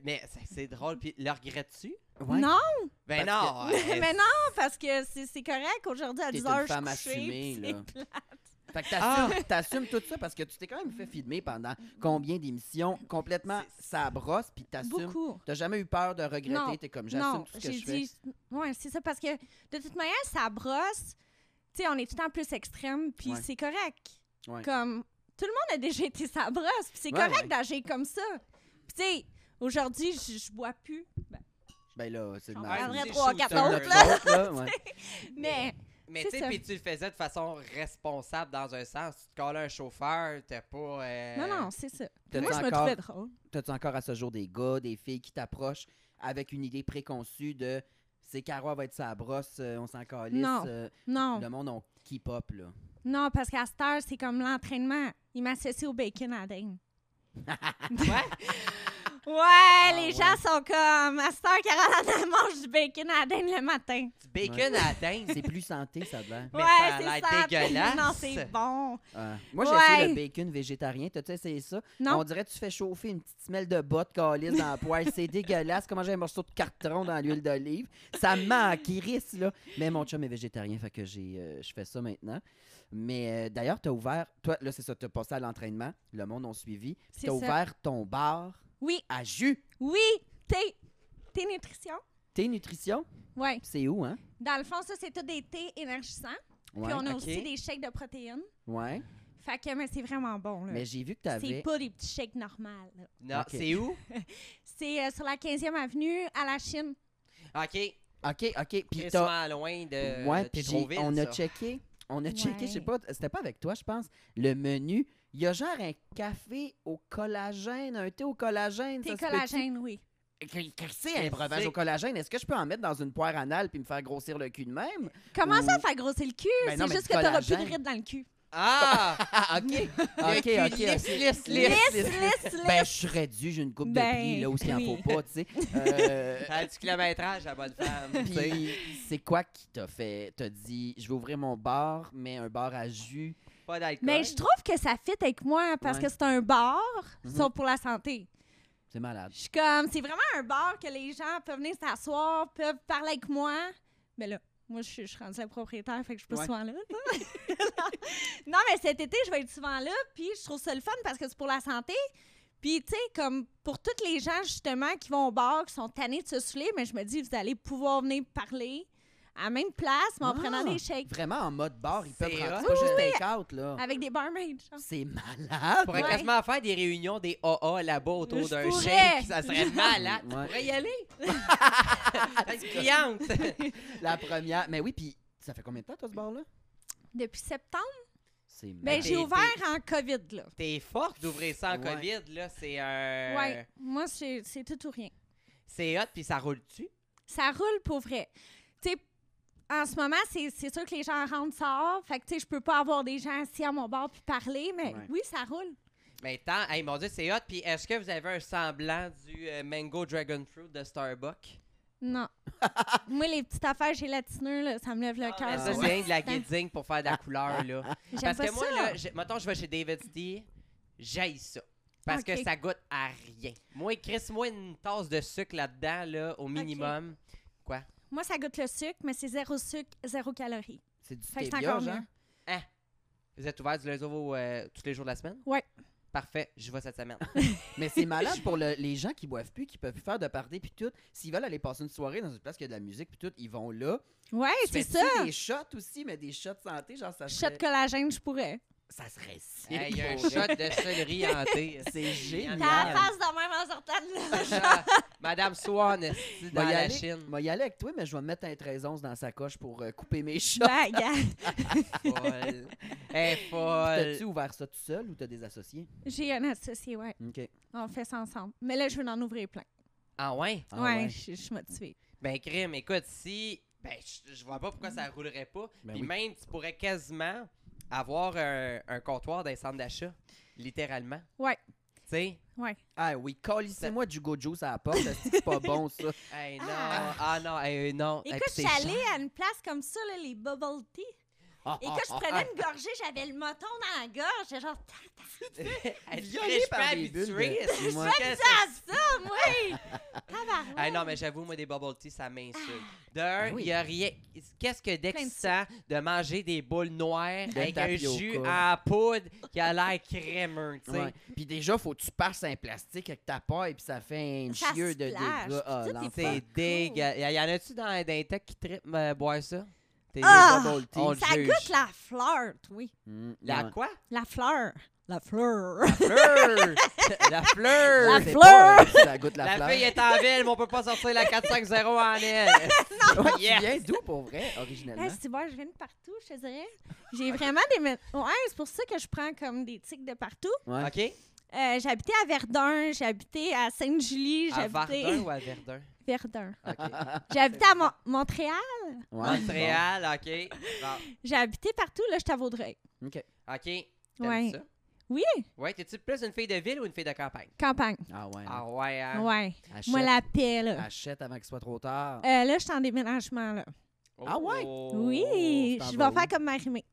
Speaker 2: mais c'est- c'est drôle. Puis, le regrettes-tu?
Speaker 3: Ouais,
Speaker 4: Non,
Speaker 2: Ben
Speaker 3: Parce
Speaker 2: non. euh,
Speaker 4: Ah, mais non, parce que c'est c'est correct. Aujourd'hui, à
Speaker 3: T'es
Speaker 4: 10
Speaker 3: une
Speaker 4: heures, je suis
Speaker 3: femme
Speaker 4: couchée,
Speaker 3: assumée,
Speaker 4: puis
Speaker 3: là.
Speaker 4: c'est Ah! plat.
Speaker 3: Fait que t'assumes, t'assumes tout ça parce que tu t'es quand même fait filmer pendant combien d'émissions complètement ça brosse, pis t'assumes.
Speaker 4: Beaucoup.
Speaker 3: T'as jamais eu peur de
Speaker 4: Non,
Speaker 3: regretter, t'es comme j'assume
Speaker 4: Non,
Speaker 3: tout ce que
Speaker 4: j'ai
Speaker 3: je fais.
Speaker 4: dit... Ouais, c'est ça, parce que de toute manière, ça brosse. Tu sais, on est tout le temps plus extrême, puis
Speaker 3: Ouais.
Speaker 4: c'est correct.
Speaker 3: Ouais.
Speaker 4: Comme, tout le monde a déjà été sa brosse, puis c'est
Speaker 3: Ouais,
Speaker 4: correct
Speaker 3: ouais.
Speaker 4: d'agir comme ça. Puis tu sais, aujourd'hui, je je bois plus. Ben,
Speaker 3: Ben là, c'est le
Speaker 4: J'en
Speaker 3: mal.
Speaker 4: parlerai
Speaker 2: C'est
Speaker 4: trois,
Speaker 2: shooter,
Speaker 4: quatre
Speaker 3: C'est
Speaker 4: autres,
Speaker 3: notre
Speaker 4: là.
Speaker 3: faute, là, ouais.
Speaker 4: Mais...
Speaker 2: Mais
Speaker 4: C'est
Speaker 2: tu sais,
Speaker 4: ça.
Speaker 2: puis tu le faisais de façon responsable dans un sens. Tu te collais un chauffeur, t'es pas. euh,
Speaker 4: Non, non, c'est ça.
Speaker 3: T'as-tu
Speaker 4: Moi, je me
Speaker 3: encore-
Speaker 4: trouvais drôle.
Speaker 3: T'as-tu encore à ce jour des gars, des filles qui t'approchent avec une idée préconçue de c'est Caro, elle va être sa brosse, euh, on s'en calisse.
Speaker 4: Non.
Speaker 3: euh,
Speaker 4: Non,
Speaker 3: Le monde, on keep up, là.
Speaker 4: non, parce qu'à cette heure, c'est comme l'entraînement. Il m'associe au bacon à la dinde.
Speaker 2: Ouais. Ah
Speaker 4: Ouais,
Speaker 3: ouais.
Speaker 4: les gens sont comme, à cette heure, Caroline, elle mange du bacon à la dinde le matin.
Speaker 2: Du bacon à la dinde.
Speaker 3: C'est plus santé, ça a l'air.
Speaker 2: Mais
Speaker 4: ouais,
Speaker 2: ça a
Speaker 4: c'est
Speaker 2: l'air dégueulasse.
Speaker 4: Non, c'est bon.
Speaker 3: Euh, moi, j'ai
Speaker 4: Ouais.
Speaker 3: essayé le bacon végétarien. T'as-tu essayé ça?
Speaker 4: Non,
Speaker 3: On dirait que tu fais chauffer une petite semelle de botte calice dans la poêle. C'est dégueulasse. Comment j'ai un morceau de carton dans l'huile d'olive? Ça manque, il risque, là. Mais mon chum est végétarien, fait que j'ai, euh, je fais ça maintenant. Mais euh, d'ailleurs, t'as ouvert... Toi, là, c'est ça, t'as passé à l'entraînement. Le monde a suivi. T'as
Speaker 4: c'est ça.
Speaker 3: ouvert ton bar
Speaker 4: Oui,
Speaker 3: à jus.
Speaker 4: oui, Thé. Thé nutrition.
Speaker 3: Thé nutrition,
Speaker 4: Oui.
Speaker 3: c'est où, hein?
Speaker 4: Dans le fond, ça, c'est tout des thés énergisants.
Speaker 3: Ouais.
Speaker 4: Puis on a
Speaker 2: ok.
Speaker 4: aussi des shakes de protéines.
Speaker 3: ouais.
Speaker 4: Fait que, mais c'est vraiment bon, là.
Speaker 3: Mais j'ai vu que
Speaker 4: C'est
Speaker 3: t'avais.
Speaker 4: pas des petits shakes normaux, là.
Speaker 2: Non,
Speaker 3: Ok.
Speaker 2: c'est où?
Speaker 4: C'est euh, sur la 15e avenue à la Chine.
Speaker 2: OK.
Speaker 3: OK, OK. Puis t'as.
Speaker 2: Crissement loin de,
Speaker 3: ouais,
Speaker 2: de
Speaker 3: puis
Speaker 2: Tétroville,
Speaker 3: j'ai- on a
Speaker 2: Euh, ça.
Speaker 3: checké. On a checké, je sais
Speaker 4: Ouais.
Speaker 3: pas, c'était pas avec toi, je pense, le menu. Il y a genre un café au collagène, un thé au collagène.
Speaker 4: T'es
Speaker 3: ça se
Speaker 4: collagène, oui.
Speaker 3: peut-tu? Qu'est- qu'est-ce que C'est un breuvage
Speaker 2: C'est-
Speaker 3: au collagène. Est-ce que je peux en mettre dans une poire anale puis me faire grossir le cul de même?
Speaker 4: Comment ça
Speaker 3: Ou-
Speaker 4: faire grossir le cul?
Speaker 3: Mm. Ben non, mais
Speaker 4: c'est juste
Speaker 3: du
Speaker 4: que t'auras plus de
Speaker 3: collagène.
Speaker 4: rides dans le cul.
Speaker 2: Ah!
Speaker 3: Ah, OK. OK,
Speaker 2: Le
Speaker 3: OK.
Speaker 2: cul
Speaker 3: ok.
Speaker 2: lisse, lisse,
Speaker 3: Lisse,
Speaker 2: lisse.
Speaker 3: lisse.
Speaker 4: Lisse,
Speaker 3: Ben,
Speaker 4: lisse.
Speaker 3: je serais dû, j'ai une coupe
Speaker 4: Ben,
Speaker 3: de plis là où il en
Speaker 4: oui.
Speaker 3: faut pas, tu sais. Euh,
Speaker 2: Elle a du kilométrage, la bonne femme. tu sais.
Speaker 3: Puis, c'est quoi qui t'a fait? T'as dit, je vais ouvrir mon bar, mais un bar à jus.
Speaker 2: Pas d'alcool.
Speaker 4: Mais je trouve que ça fit avec moi parce
Speaker 3: euh, Ouais.
Speaker 4: que c'est un bar,
Speaker 3: Mhm.
Speaker 4: sauf pour la santé.
Speaker 3: C'est malade.
Speaker 4: Je suis comme, c'est vraiment un bar que les gens peuvent venir s'asseoir, peuvent parler avec moi. Mais là, moi, je suis, je suis rendue la propriétaire, fait que je suis pas
Speaker 3: Ouais.
Speaker 4: souvent là. là. non, mais cet été, je vais être souvent là, puis je trouve ça le fun parce que c'est pour la santé. Puis, tu sais, comme pour toutes les gens, justement, qui vont au bar, qui sont tannés de se saouler, mais je me dis, vous allez pouvoir venir parler à la même place, mais en
Speaker 3: Ah!
Speaker 4: prenant des shakes
Speaker 3: Vraiment en mode bar, ils peuvent
Speaker 2: C'est
Speaker 3: rentrer.
Speaker 2: hot. Ah.
Speaker 3: C'est pas juste take-out, là.
Speaker 4: avec des barmaids. genre.
Speaker 3: C'est malade.
Speaker 2: pourrait
Speaker 4: Ouais.
Speaker 2: quasiment faire des réunions des AA là-bas autour
Speaker 4: Je
Speaker 2: d'un
Speaker 4: pourrais.
Speaker 2: shake. Ça serait malade.
Speaker 3: Ouais. Ah,
Speaker 2: Tu pourrais y aller. T'as une cliente.
Speaker 3: La première. Mais oui, puis ça fait combien de temps, toi, ce bar-là?
Speaker 4: Depuis septembre,
Speaker 3: C'est
Speaker 4: ben,
Speaker 3: malade.
Speaker 4: j'ai
Speaker 2: t'es-
Speaker 4: ouvert en COVID, là.
Speaker 2: T'es forte d'ouvrir ça en
Speaker 3: Ouais.
Speaker 2: COVID, là. C'est un...
Speaker 4: Ouais, moi, c'est c'est tout ou rien.
Speaker 2: C'est hot, puis ça roule dessus.
Speaker 4: ça roule pour vrai. Tu sais, en ce moment, c'est c'est sûr que les gens rentrent, sortent. Fait que, tu sais, je peux pas avoir des gens assis à mon bord puis parler, mais
Speaker 3: Ouais.
Speaker 4: oui, ça roule.
Speaker 2: Mais tant... Hey, mon Dieu, c'est hot. Puis est-ce que vous avez un semblant du euh, Mango Dragon Fruit de Starbucks?
Speaker 4: Non. Moi, les petites affaires gélatineuses, là, ça me lève le
Speaker 2: Mais
Speaker 4: cœur.
Speaker 2: Ah, ben, ça,
Speaker 4: sur
Speaker 2: c'est
Speaker 4: le
Speaker 2: rien de la
Speaker 4: instant.
Speaker 2: guiding pour faire de la couleur, là.
Speaker 4: J'aime
Speaker 2: Parce
Speaker 4: pas
Speaker 2: que moi,
Speaker 4: ça.
Speaker 2: là, j'ai- mettons, je vais chez David Steele, j'aille ça. Parce que
Speaker 4: Ok.
Speaker 2: ça goûte à rien. Moi, Chris, moi, une tasse de sucre là-dedans, là, au minimum.
Speaker 4: Moi, ça goûte le sucre, mais c'est zéro sucre, zéro calorie.
Speaker 3: C'est du
Speaker 4: Fait que c'est
Speaker 3: stevia,
Speaker 4: encore
Speaker 3: genre.
Speaker 4: mieux.
Speaker 2: Vous êtes ouvert du lundi au vos, euh, tous les jours de la semaine?
Speaker 4: Ouais.
Speaker 2: Parfait, je vais cette semaine.
Speaker 3: Mais c'est malade pour le- les gens qui boivent plus, qui peuvent plus faire de party, puis tout. S'ils veulent aller passer une soirée dans une place qui a de la musique, puis tout, ils vont là.
Speaker 4: Ouais,
Speaker 3: Tu
Speaker 4: c'est
Speaker 3: fais-tu
Speaker 4: ça.
Speaker 3: des shots aussi, mais des shots santé, genre ça
Speaker 4: Shot
Speaker 3: serait...
Speaker 4: de collagène, je pourrais.
Speaker 3: Ça serait si...
Speaker 2: Hey, Il y a un
Speaker 3: pour vrai.
Speaker 2: shot de céleri hantée.
Speaker 3: C'est
Speaker 4: T'as la
Speaker 3: génial.
Speaker 4: face de même en sortant de là.
Speaker 2: Madame Swan, esti, dans
Speaker 3: Moi, y
Speaker 2: la
Speaker 3: aller-
Speaker 2: Chine.
Speaker 3: Moi, y aller avec toi, mais je vais me mettre un 13-11 dans sa coche pour euh, couper mes shots.
Speaker 4: Ben, gars,
Speaker 2: Folle. Elle est folle.
Speaker 3: T'as-tu ouvert ça tout seul ou t'as des associés?
Speaker 4: J'ai un associé, ouais.
Speaker 3: OK.
Speaker 4: On fait ça ensemble. Mais là, je veux en ouvrir plein.
Speaker 2: Ah ouais?
Speaker 3: Ah
Speaker 4: ouais,
Speaker 3: ouais.
Speaker 4: je je suis motivée.
Speaker 2: Ben, crime, écoute, si. Ben, je je vois pas pourquoi ça roulerait pas.
Speaker 3: Ben
Speaker 2: Puis
Speaker 3: oui.
Speaker 2: même, tu pourrais quasiment avoir un, un comptoir d'un centre d'achat, littéralement.
Speaker 4: Ouais.
Speaker 2: Tu sais?
Speaker 4: Ouais.
Speaker 3: Ah oui,
Speaker 2: Ben
Speaker 3: colissez-moi du gojo ça la porte, c'est pas bon ça.
Speaker 2: Hey, non.
Speaker 4: Ah.
Speaker 2: Ah, non, hey, non. Hey,
Speaker 4: Écoute,
Speaker 2: puis c'est
Speaker 4: je suis allée
Speaker 2: cher.
Speaker 4: à une place comme ça, là, les bubble tea.
Speaker 3: Ah,
Speaker 4: Et
Speaker 3: ah,
Speaker 4: que je
Speaker 3: ah,
Speaker 4: prenais une gorgée, j'avais le moton dans la gorge. J'étais genre, Tac,
Speaker 2: Hey,
Speaker 3: Violée
Speaker 2: je suis pas
Speaker 3: par des bulles de-
Speaker 2: habituée.
Speaker 3: Ouais.
Speaker 2: Moi, qu'est-ce que-
Speaker 4: ça, ça, oui! Tabarouette!
Speaker 2: Hey, non, mais j'avoue, moi, des bubble tea, ça m'insulte. D'un, il
Speaker 3: Ah oui.
Speaker 2: n'y a rien. Qu'est-ce que d'excitant de manger des boules noires
Speaker 3: De
Speaker 2: avec un
Speaker 3: tapioca.
Speaker 2: jus à poudre qui a l'air crémeux, tu sais?
Speaker 3: Ouais. Puis déjà, faut que tu passes un plastique avec ta paille, puis ça fait un
Speaker 4: Ça
Speaker 3: chieux de
Speaker 4: splash,
Speaker 3: dégâts. Ah,
Speaker 4: puis tout est
Speaker 3: l'enfer.
Speaker 2: C'est
Speaker 4: Fuck
Speaker 2: dégueu. Y y en a-tu dans dans les techs qui trippent euh, boire ça? T'es
Speaker 4: Ah!
Speaker 2: des bubble tea. On le
Speaker 4: ça
Speaker 2: juge.
Speaker 4: goûte la fleur, oui.
Speaker 3: Mm,
Speaker 2: La
Speaker 3: ouais.
Speaker 2: quoi?
Speaker 4: La fleur. La fleur.
Speaker 2: La fleur! la fleur!
Speaker 4: La
Speaker 3: C'est
Speaker 4: fleur!
Speaker 3: pas, euh, ça goûte la,
Speaker 2: La
Speaker 3: fleur.
Speaker 2: fille est en ville, mais on peut pas sortir la 450 en elle.
Speaker 3: Ouais, tu
Speaker 2: Yes!
Speaker 3: viens d'où pour vrai,
Speaker 4: Hey,
Speaker 3: originellement?
Speaker 4: si tu vois, je viens de partout, je te dirais. J'ai vraiment des. mé- Ouais, c'est pour ça que je prends comme des tics de partout.
Speaker 3: Ouais.
Speaker 2: OK?
Speaker 4: Euh, j'habitais à Verdun, j'habitais à Sainte-Julie,
Speaker 2: À
Speaker 4: j'habitais.
Speaker 2: Verdun ou à Verdun?
Speaker 4: Verdun.
Speaker 2: OK.
Speaker 4: J'habitais à Mon- Montréal,
Speaker 3: Ouais.
Speaker 2: Montréal, OK. Bon.
Speaker 4: j'ai habité partout, là, j'étais à Vaudreuil.
Speaker 3: Bon, OK.
Speaker 2: OK. T'aimes
Speaker 4: Ouais.
Speaker 2: ça?
Speaker 4: Oui.
Speaker 2: Ouais, t'es-tu plus une fille de ville ou une fille de campagne?
Speaker 4: Campagne.
Speaker 3: Ah ouais.
Speaker 2: Ah ouais, hein?
Speaker 4: Ouais.
Speaker 3: Achète,
Speaker 4: Moi, la paix, là.
Speaker 3: achète avant qu'il soit trop tard.
Speaker 4: Euh, là, je suis en déménagement, là.
Speaker 2: Oh.
Speaker 3: Ah ouais?
Speaker 4: oui,
Speaker 3: t'en
Speaker 4: je
Speaker 3: vas
Speaker 4: vais
Speaker 3: où?
Speaker 4: faire comme Marimé.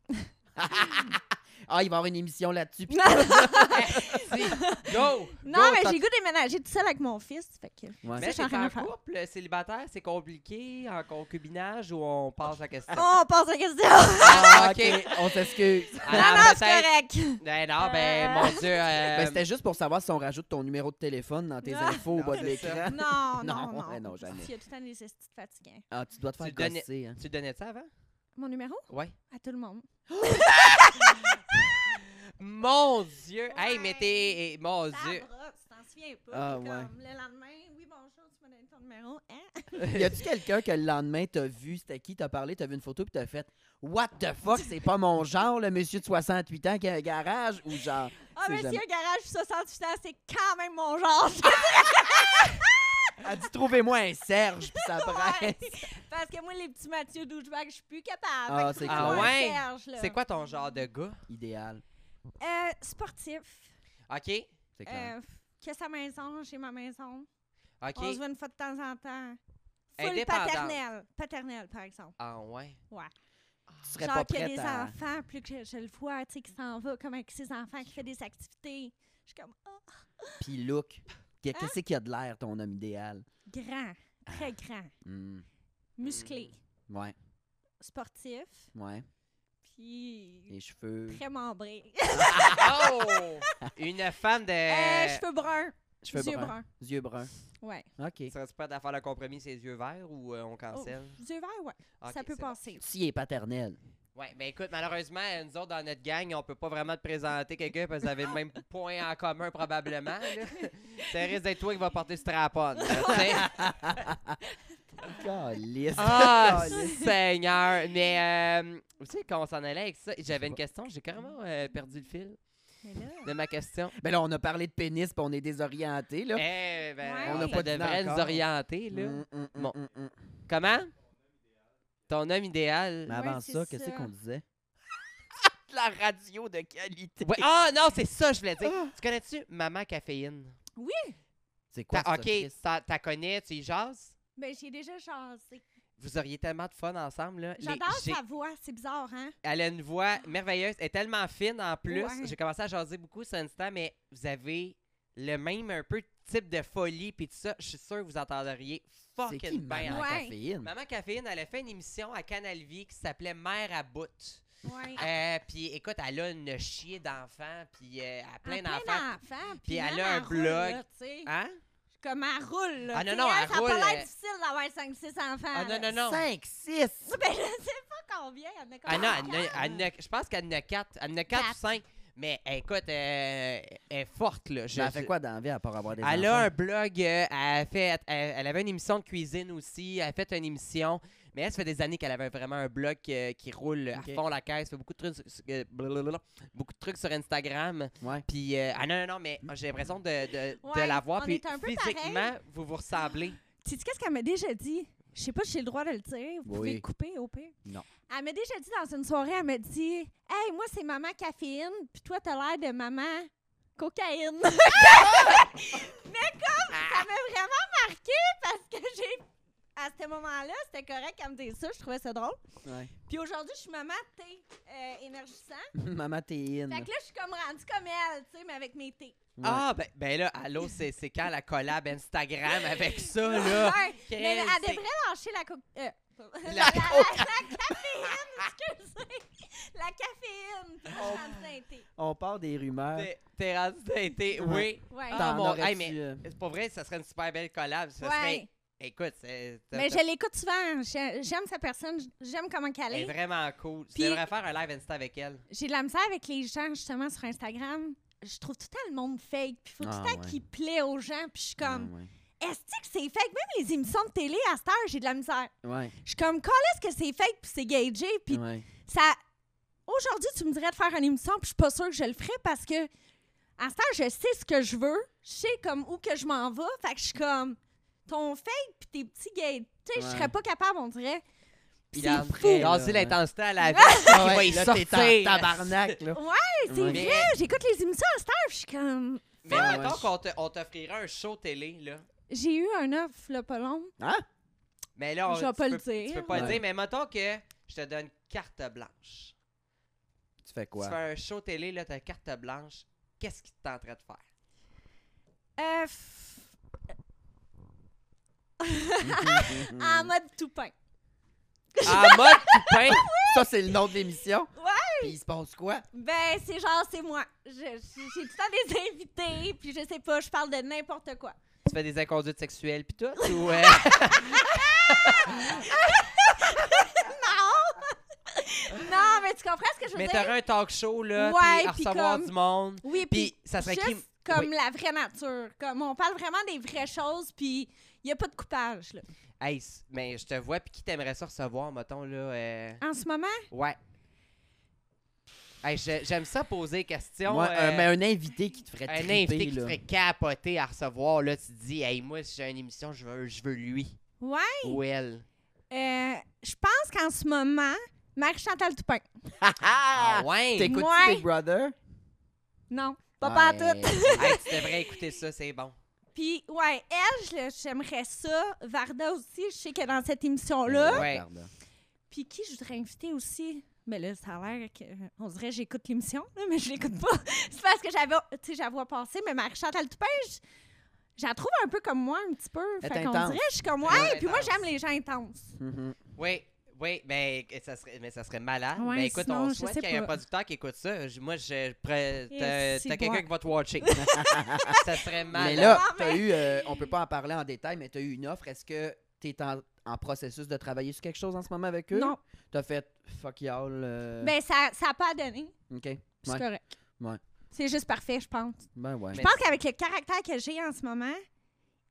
Speaker 3: Ah, il va y avoir une émission là-dessus.
Speaker 4: Ah,
Speaker 3: puis-
Speaker 2: Si. Go!
Speaker 4: Non, mais
Speaker 3: t'as-
Speaker 4: j'ai le goût de déménager tout seul avec mon fils. Fait que...
Speaker 3: Ouais.
Speaker 2: Mais
Speaker 4: Ça,
Speaker 2: c'est
Speaker 4: j'ai rien
Speaker 2: en
Speaker 4: à faire.
Speaker 2: couple, célibataire, c'est compliqué, en concubinage ou on passe la question?
Speaker 4: Oh, on passe à la question.
Speaker 2: Ah,
Speaker 3: OK, on s'excuse.
Speaker 4: Ah, non,
Speaker 2: Alors,
Speaker 4: non, c'est
Speaker 2: Ah, peut-être-
Speaker 4: correct.
Speaker 2: Ben non, ben
Speaker 4: Euh.
Speaker 2: mon Dieu. euh,
Speaker 3: Ben, C'était juste pour savoir si on rajoute ton numéro de téléphone dans tes
Speaker 4: Ah.
Speaker 3: infos au bas
Speaker 2: Non,
Speaker 3: de
Speaker 2: c'est ça.
Speaker 3: l'écran.
Speaker 4: Non,
Speaker 3: Non,
Speaker 4: non,
Speaker 3: ouais,
Speaker 4: non.
Speaker 3: non, jamais.
Speaker 4: Il y a tout le temps des estides fatigants.
Speaker 3: Ah, tu dois te faire
Speaker 2: Tu donnais-
Speaker 3: gosser. Hein.
Speaker 2: tu donnais ça avant?
Speaker 4: Mon numéro?
Speaker 2: Ouais.
Speaker 4: À tout le monde.
Speaker 2: Mon Dieu! Hey, mais
Speaker 4: Ouais.
Speaker 2: t'es. eh, Mon
Speaker 4: Ça
Speaker 2: Dieu!
Speaker 4: brosse, tu t'en souviens pas.
Speaker 3: Ah,
Speaker 4: Puis
Speaker 3: ouais.
Speaker 4: comme Le lendemain, oui, bonjour, tu m'as donné ton numéro. Hein?
Speaker 3: Y a-tu quelqu'un que le lendemain t'as vu, c'était qui, t'as parlé, t'as vu une photo, puis t'as fait What the fuck, c'est pas mon genre, le monsieur de 68 ans qui a un garage ou genre.
Speaker 4: Ah,
Speaker 3: C'est
Speaker 4: mais si
Speaker 3: jamais-
Speaker 4: un garage 68 ans, c'est quand même mon genre.
Speaker 3: Elle dit Trouvez-moi un Serge, puis ça presse.
Speaker 4: Ouais. Parce que moi, les petits Mathieu douchebag, je suis plus capable.
Speaker 3: Ah,
Speaker 4: Fait que
Speaker 3: c'est
Speaker 4: faut
Speaker 2: Ah
Speaker 4: trouver un
Speaker 2: ouais?
Speaker 4: Serge, là.
Speaker 2: C'est quoi ton genre de gars?
Speaker 3: Idéal,
Speaker 4: Euh, sportif.
Speaker 2: OK?
Speaker 3: c'est clair.
Speaker 4: Euh, qui a sa maison, j'ai ma maison. On se
Speaker 2: OK?
Speaker 4: voit une fois de temps en temps. Full
Speaker 2: Indépendante.
Speaker 4: paternelle. Paternelle, par exemple.
Speaker 2: Ah, ouais.
Speaker 4: Ouais.
Speaker 3: tu serais
Speaker 4: Euh, Genre
Speaker 3: pas
Speaker 4: qu'il y a
Speaker 3: prête
Speaker 4: des
Speaker 3: à.
Speaker 4: enfants, plus que je, je le vois, tu sais, qui s'en va, comme avec ses enfants, qui fait des activités. Je suis comme, oh,
Speaker 3: Puis look. Que-
Speaker 4: Hein?
Speaker 3: Qu'est-ce qu'il y a de l'air, ton homme idéal
Speaker 4: grand, très grand,
Speaker 3: Hmm,
Speaker 4: musclé,
Speaker 3: Ouais,
Speaker 4: sportif,
Speaker 3: ouais.
Speaker 4: puis
Speaker 3: Les cheveux.
Speaker 4: très membré.
Speaker 2: Oh! Une femme de.
Speaker 4: Euh, cheveux bruns,
Speaker 3: Cheveux
Speaker 4: yeux
Speaker 3: bruns.
Speaker 4: bruns.
Speaker 3: Yeux bruns.
Speaker 4: Ouais.
Speaker 3: OK.
Speaker 2: serait pas d'affaire le compromis, ses yeux verts ou euh, on cancelle?
Speaker 4: Yeux verts, ouais.
Speaker 2: Ok,
Speaker 4: Oh, ça peut
Speaker 2: c'est bon.
Speaker 4: passer.
Speaker 3: Si est paternel.
Speaker 2: Ouais, ben écoute, malheureusement, nous autres, dans notre gang, on peut pas vraiment te présenter quelqu'un parce que vous avez le même point en commun, probablement. là. Ça risque d'être toi qui va porter ce strapon. là, tu sais.
Speaker 3: Calisse.
Speaker 2: Ah,
Speaker 3: Calisse.
Speaker 2: Seigneur! Mais, euh, vous savez, quand on s'en allait avec ça, j'avais une
Speaker 3: pas.
Speaker 2: question, j'ai carrément
Speaker 3: Mm.
Speaker 2: euh, perdu le fil
Speaker 4: Mais là,
Speaker 2: de ma question.
Speaker 3: Ben là, on a parlé de pénis, puis on est désorienté, là.
Speaker 2: Eh, ben,
Speaker 4: Ouais.
Speaker 2: on
Speaker 4: On
Speaker 2: ça
Speaker 4: a
Speaker 3: pas dit
Speaker 2: devrait nous
Speaker 3: encore.
Speaker 2: orienter, Eh, là.
Speaker 3: Mm, mm, mm,
Speaker 2: Bon.
Speaker 3: mm, mm.
Speaker 2: Comment? Ton homme idéal.
Speaker 3: Mais avant
Speaker 4: Euh, Ouais, c'est
Speaker 3: ça, qu'est-ce
Speaker 4: ça.
Speaker 3: qu'on disait? la radio de qualité.
Speaker 2: Ouais. Ah, non, c'est ça, je voulais dire.
Speaker 3: Ah!
Speaker 2: tu connais-tu Maman Caféine?
Speaker 3: C'est quoi
Speaker 2: T'as-
Speaker 3: ça,
Speaker 2: ok,
Speaker 3: Chris?
Speaker 2: t'as t'as connais, tu y jases?
Speaker 4: ben, j'ai déjà jasé.
Speaker 2: Vous auriez tellement de fun ensemble, là. Les-
Speaker 4: J'adore
Speaker 2: j'ai-
Speaker 4: sa voix, c'est bizarre, hein?
Speaker 2: Elle a une voix merveilleuse. Elle est tellement fine en plus.
Speaker 4: Ouais.
Speaker 2: J'ai commencé à jaser beaucoup sur Insta, mais vous avez le même un peu type de folie puis tout ça. Je suis sûr que vous entendriez
Speaker 3: C'est
Speaker 2: fucking
Speaker 3: qui
Speaker 2: bien.
Speaker 3: Maman
Speaker 2: en-
Speaker 4: Ouais.
Speaker 3: Caféine?
Speaker 2: Maman Caféine, elle a fait une émission à Canal Vie qui s'appelait Mère à bout.
Speaker 4: Ouais.
Speaker 2: Euh, puis écoute, elle a une chier d'enfants, puis euh, elle a plein d'enfants.
Speaker 4: d'enfants.
Speaker 2: Puis elle
Speaker 4: même,
Speaker 2: a un
Speaker 4: roule,
Speaker 2: blog.
Speaker 4: là, tu sais.
Speaker 2: Hein?
Speaker 4: Comme elle roule, là.
Speaker 2: Ah,
Speaker 4: Tu
Speaker 2: non,
Speaker 4: sais, hein,
Speaker 2: non, elle
Speaker 4: ça a
Speaker 2: roule,
Speaker 4: pas
Speaker 2: elle-
Speaker 4: l'air difficile d'avoir 5-6 enfants.
Speaker 2: Ah non,
Speaker 4: là.
Speaker 2: non, non.
Speaker 3: 5, 6!
Speaker 4: Ben, je sais pas combien. Il y en a
Speaker 2: Ah
Speaker 4: combien?
Speaker 2: non, elle en a- elle en a- je pense qu'elle en a 4. Elle en a 4 ou
Speaker 4: Quatre.
Speaker 2: 5. Mais écoute, euh, elle est forte, là. Je-
Speaker 3: Ben, Elle fait quoi dans la vie à part avoir des
Speaker 2: Elle
Speaker 3: enfants?
Speaker 2: a un blog, euh, elle, a fait, elle, elle avait une émission de cuisine aussi, elle a fait une émission, mais elle, ça fait des années qu'elle avait vraiment un blog euh, qui roule
Speaker 3: Ok.
Speaker 2: à fond la caisse, fait beaucoup de trucs, sur- euh, blablabla, beaucoup de trucs sur Instagram.
Speaker 3: Ouais.
Speaker 2: Puis, euh, ah non, non, non, mais j'ai l'impression de, de, de
Speaker 4: Ouais,
Speaker 2: la voir,
Speaker 4: on
Speaker 2: puis
Speaker 4: est un peu
Speaker 2: physiquement,
Speaker 4: pareil.
Speaker 2: vous vous ressemblez.
Speaker 4: Tu sais, qu'est-ce qu'elle m'a déjà dit? Je sais pas si j'ai le droit de le dire. Vous pouvez
Speaker 3: Oui.
Speaker 4: le couper au pire.
Speaker 3: Non.
Speaker 4: Elle m'a déjà dit dans une soirée, elle m'a dit Hey, moi, c'est maman caféine, puis toi, t'as l'air de maman cocaïne. Mais comme ça m'a vraiment marqué parce que j'ai. À ce moment-là, c'était correct qu'elle me dise ça. Je trouvais ça drôle.
Speaker 3: Ouais.
Speaker 4: Puis aujourd'hui, je suis maman de thé euh, énergisant.
Speaker 3: Maman Théine.
Speaker 4: Fait que là, je suis comme rendue comme elle, tu sais, mais avec mes thés.
Speaker 3: Ouais.
Speaker 2: Ah, ben, ben là, allô, c'est c'est quand la collab Instagram avec ça, Oh là?
Speaker 4: Ouais, mais
Speaker 2: Quelle-
Speaker 4: elle
Speaker 2: c'est-
Speaker 4: devrait lâcher la co- euh, la,
Speaker 2: La
Speaker 4: la- la caféine, excusez. La caféine. Puis moi, je suis rendue dans les thés.
Speaker 3: On part des rumeurs.
Speaker 2: T'es- T'es rendu teinté, oui.
Speaker 4: Ouais.
Speaker 2: Ah,
Speaker 3: T'en
Speaker 2: mon-
Speaker 3: aurais-tu,
Speaker 2: hey, mais-
Speaker 3: euh,
Speaker 2: C'est pas vrai, ça serait une super belle collab. Ça
Speaker 4: Ouais.
Speaker 2: serait- Écoute, c'est. t'as-
Speaker 4: mais
Speaker 2: t'as-
Speaker 4: je l'écoute souvent. J'ai- J'aime sa personne. J'aime comment qu'elle
Speaker 2: Elle est
Speaker 4: est.
Speaker 2: vraiment cool. Tu
Speaker 4: Puis-
Speaker 2: devrais faire un live Insta avec elle.
Speaker 4: J'ai de la misère avec les gens, justement, sur Instagram. Je trouve tout le temps le monde fake. Puis il faut tout
Speaker 3: Ah,
Speaker 4: le temps
Speaker 3: ouais.
Speaker 4: qu'il plaît aux gens. Puis je suis comme,
Speaker 3: Ouais,
Speaker 4: est-ce que c'est fake? Même les émissions de télé, à cette heure, j'ai de la misère.
Speaker 3: ouais. Ouais,
Speaker 4: Je suis comme, quand est-ce que c'est fake? Puis c'est gagé. Puis
Speaker 3: ouais.
Speaker 4: ça. Aujourd'hui, tu me dirais de faire une émission, puis je suis pas sûre que je le ferais parce que à ce temps, je sais ce que je veux, je sais comme où que je m'en vais, fait que je suis comme ton fake puis tes petits gays. Tu sais, je
Speaker 3: Ouais.
Speaker 4: serais pas capable, on dirait. Puis
Speaker 2: Il a
Speaker 4: C'est fou. Ouais,
Speaker 2: rasé
Speaker 3: là, ouais.
Speaker 2: l'intensité à la vie.
Speaker 3: Ah
Speaker 2: il va
Speaker 3: ouais,
Speaker 2: y
Speaker 3: là,
Speaker 2: sortir.
Speaker 3: t'es en tabarnak, là.
Speaker 4: c'est
Speaker 3: Ouais.
Speaker 2: Mais-
Speaker 4: vrai, j'écoute les émissions à cette heure, puis je suis comme
Speaker 2: Mais
Speaker 3: Ouais,
Speaker 2: mettons
Speaker 3: ouais.
Speaker 2: qu'on te- on t'offrirait un show télé, là.
Speaker 4: j'ai eu un offre là pas long.
Speaker 3: Hein?
Speaker 2: Mais là, on,
Speaker 4: Je vais
Speaker 2: tu
Speaker 4: pas
Speaker 2: peux-
Speaker 4: le dire.
Speaker 2: Tu peux pas le
Speaker 3: Ouais.
Speaker 2: dire, mais mettons que je te donne carte blanche.
Speaker 3: Tu fais quoi?
Speaker 2: Tu fais un show télé, là, t'as carte blanche. Qu'est-ce qui te tenterait de faire?
Speaker 4: Euh, f- en mode tout pain.
Speaker 2: En mode Toupin!
Speaker 3: Ça, c'est le nom de l'émission.
Speaker 4: Ouais.
Speaker 3: Puis il se passe quoi?
Speaker 4: Ben, c'est genre, c'est moi. Je- je- J'ai tout le temps des invités, puis je sais pas, je parle de n'importe quoi.
Speaker 2: Tu fais des inconduites sexuelles pis tout? Ou, euh,
Speaker 4: Non, mais tu comprends ce que je veux
Speaker 2: mais
Speaker 4: dire?
Speaker 2: t'aurais un talk show, là,
Speaker 4: Ouais,
Speaker 2: pis à
Speaker 4: puis
Speaker 2: recevoir
Speaker 4: comme-
Speaker 2: du monde. Puis
Speaker 4: Oui, puis
Speaker 2: ça serait
Speaker 4: juste
Speaker 2: qui-
Speaker 4: comme
Speaker 2: oui.
Speaker 4: la vraie nature. Comme on parle vraiment des vraies choses, puis il y a pas de coupage. Là.
Speaker 2: Hey, c- mais je te vois, pis qui t'aimerais ça recevoir, mettons, là? euh,
Speaker 4: En ce moment,
Speaker 2: Ouais. Hey, je- J'aime ça poser des questions.
Speaker 3: Moi,
Speaker 2: euh,
Speaker 3: un- mais un invité qui te ferait
Speaker 2: un
Speaker 3: triper,
Speaker 2: invité qui te
Speaker 3: là.
Speaker 2: ferait capoter à recevoir, là, tu te dis, hey, moi, si j'ai une émission, je veux, je veux lui
Speaker 4: ouais,
Speaker 2: ou elle.
Speaker 4: euh, je pense qu'en ce moment, Marie-Chantal Toupin.
Speaker 2: Ah ouais!
Speaker 3: T'écoutes-tu
Speaker 4: Ouais.
Speaker 3: Big Brother?
Speaker 4: Non, pas
Speaker 3: Ouais.
Speaker 4: pantoute.
Speaker 2: Hey, tu devrais écouter ça, c'est bon.
Speaker 4: puis, ouais, elle, je le- j'aimerais ça. Varda aussi, je sais que dans cette émission-là.
Speaker 2: Ouais.
Speaker 3: Pardon.
Speaker 4: Puis qui je voudrais inviter aussi? Mais là, ça a l'air que. On dirait que j'écoute l'émission, là, mais je l'écoute pas. C'est parce que j'avais. Tu sais, j'avais passé, mais Marie-Chantal Toupin, je, je la trouve un peu comme moi, un petit peu.
Speaker 3: Elle est
Speaker 4: fait qu'on
Speaker 3: intense.
Speaker 4: dirait, je suis comme,
Speaker 2: Elle est
Speaker 4: ouais, puis moi,
Speaker 2: intense.
Speaker 4: j'aime les gens intenses.
Speaker 3: Mhm.
Speaker 2: Oui, oui, mais ça serait, mais ça serait malade.
Speaker 4: Ouais,
Speaker 2: mais écoute,
Speaker 4: sinon,
Speaker 2: on
Speaker 4: je
Speaker 2: souhaite
Speaker 4: sais
Speaker 2: qu'il y ait un
Speaker 4: pas.
Speaker 2: producteur qui écoute ça. Je- Moi, je prêt-
Speaker 4: Et
Speaker 2: t'as
Speaker 4: si
Speaker 2: t'as
Speaker 4: bon.
Speaker 2: quelqu'un qui va te watcher. ça serait
Speaker 3: Mais
Speaker 2: malade.
Speaker 3: là,
Speaker 4: Non,
Speaker 3: t'as
Speaker 4: mais-
Speaker 3: eu, euh, on peut pas en parler en détail, mais t'as eu une offre. Est-ce que t'es en, en processus de travailler sur quelque chose en ce moment avec eux?
Speaker 4: Non.
Speaker 3: T'as fait fuck y'all. euh,
Speaker 4: Ben, ça n'a pas donné.
Speaker 3: OK.
Speaker 4: C'est
Speaker 3: Ouais.
Speaker 4: correct.
Speaker 3: Ouais.
Speaker 4: C'est juste parfait, je pense.
Speaker 3: Ben ouais.
Speaker 2: Mais-
Speaker 4: Je pense qu'avec le caractère que j'ai en ce moment.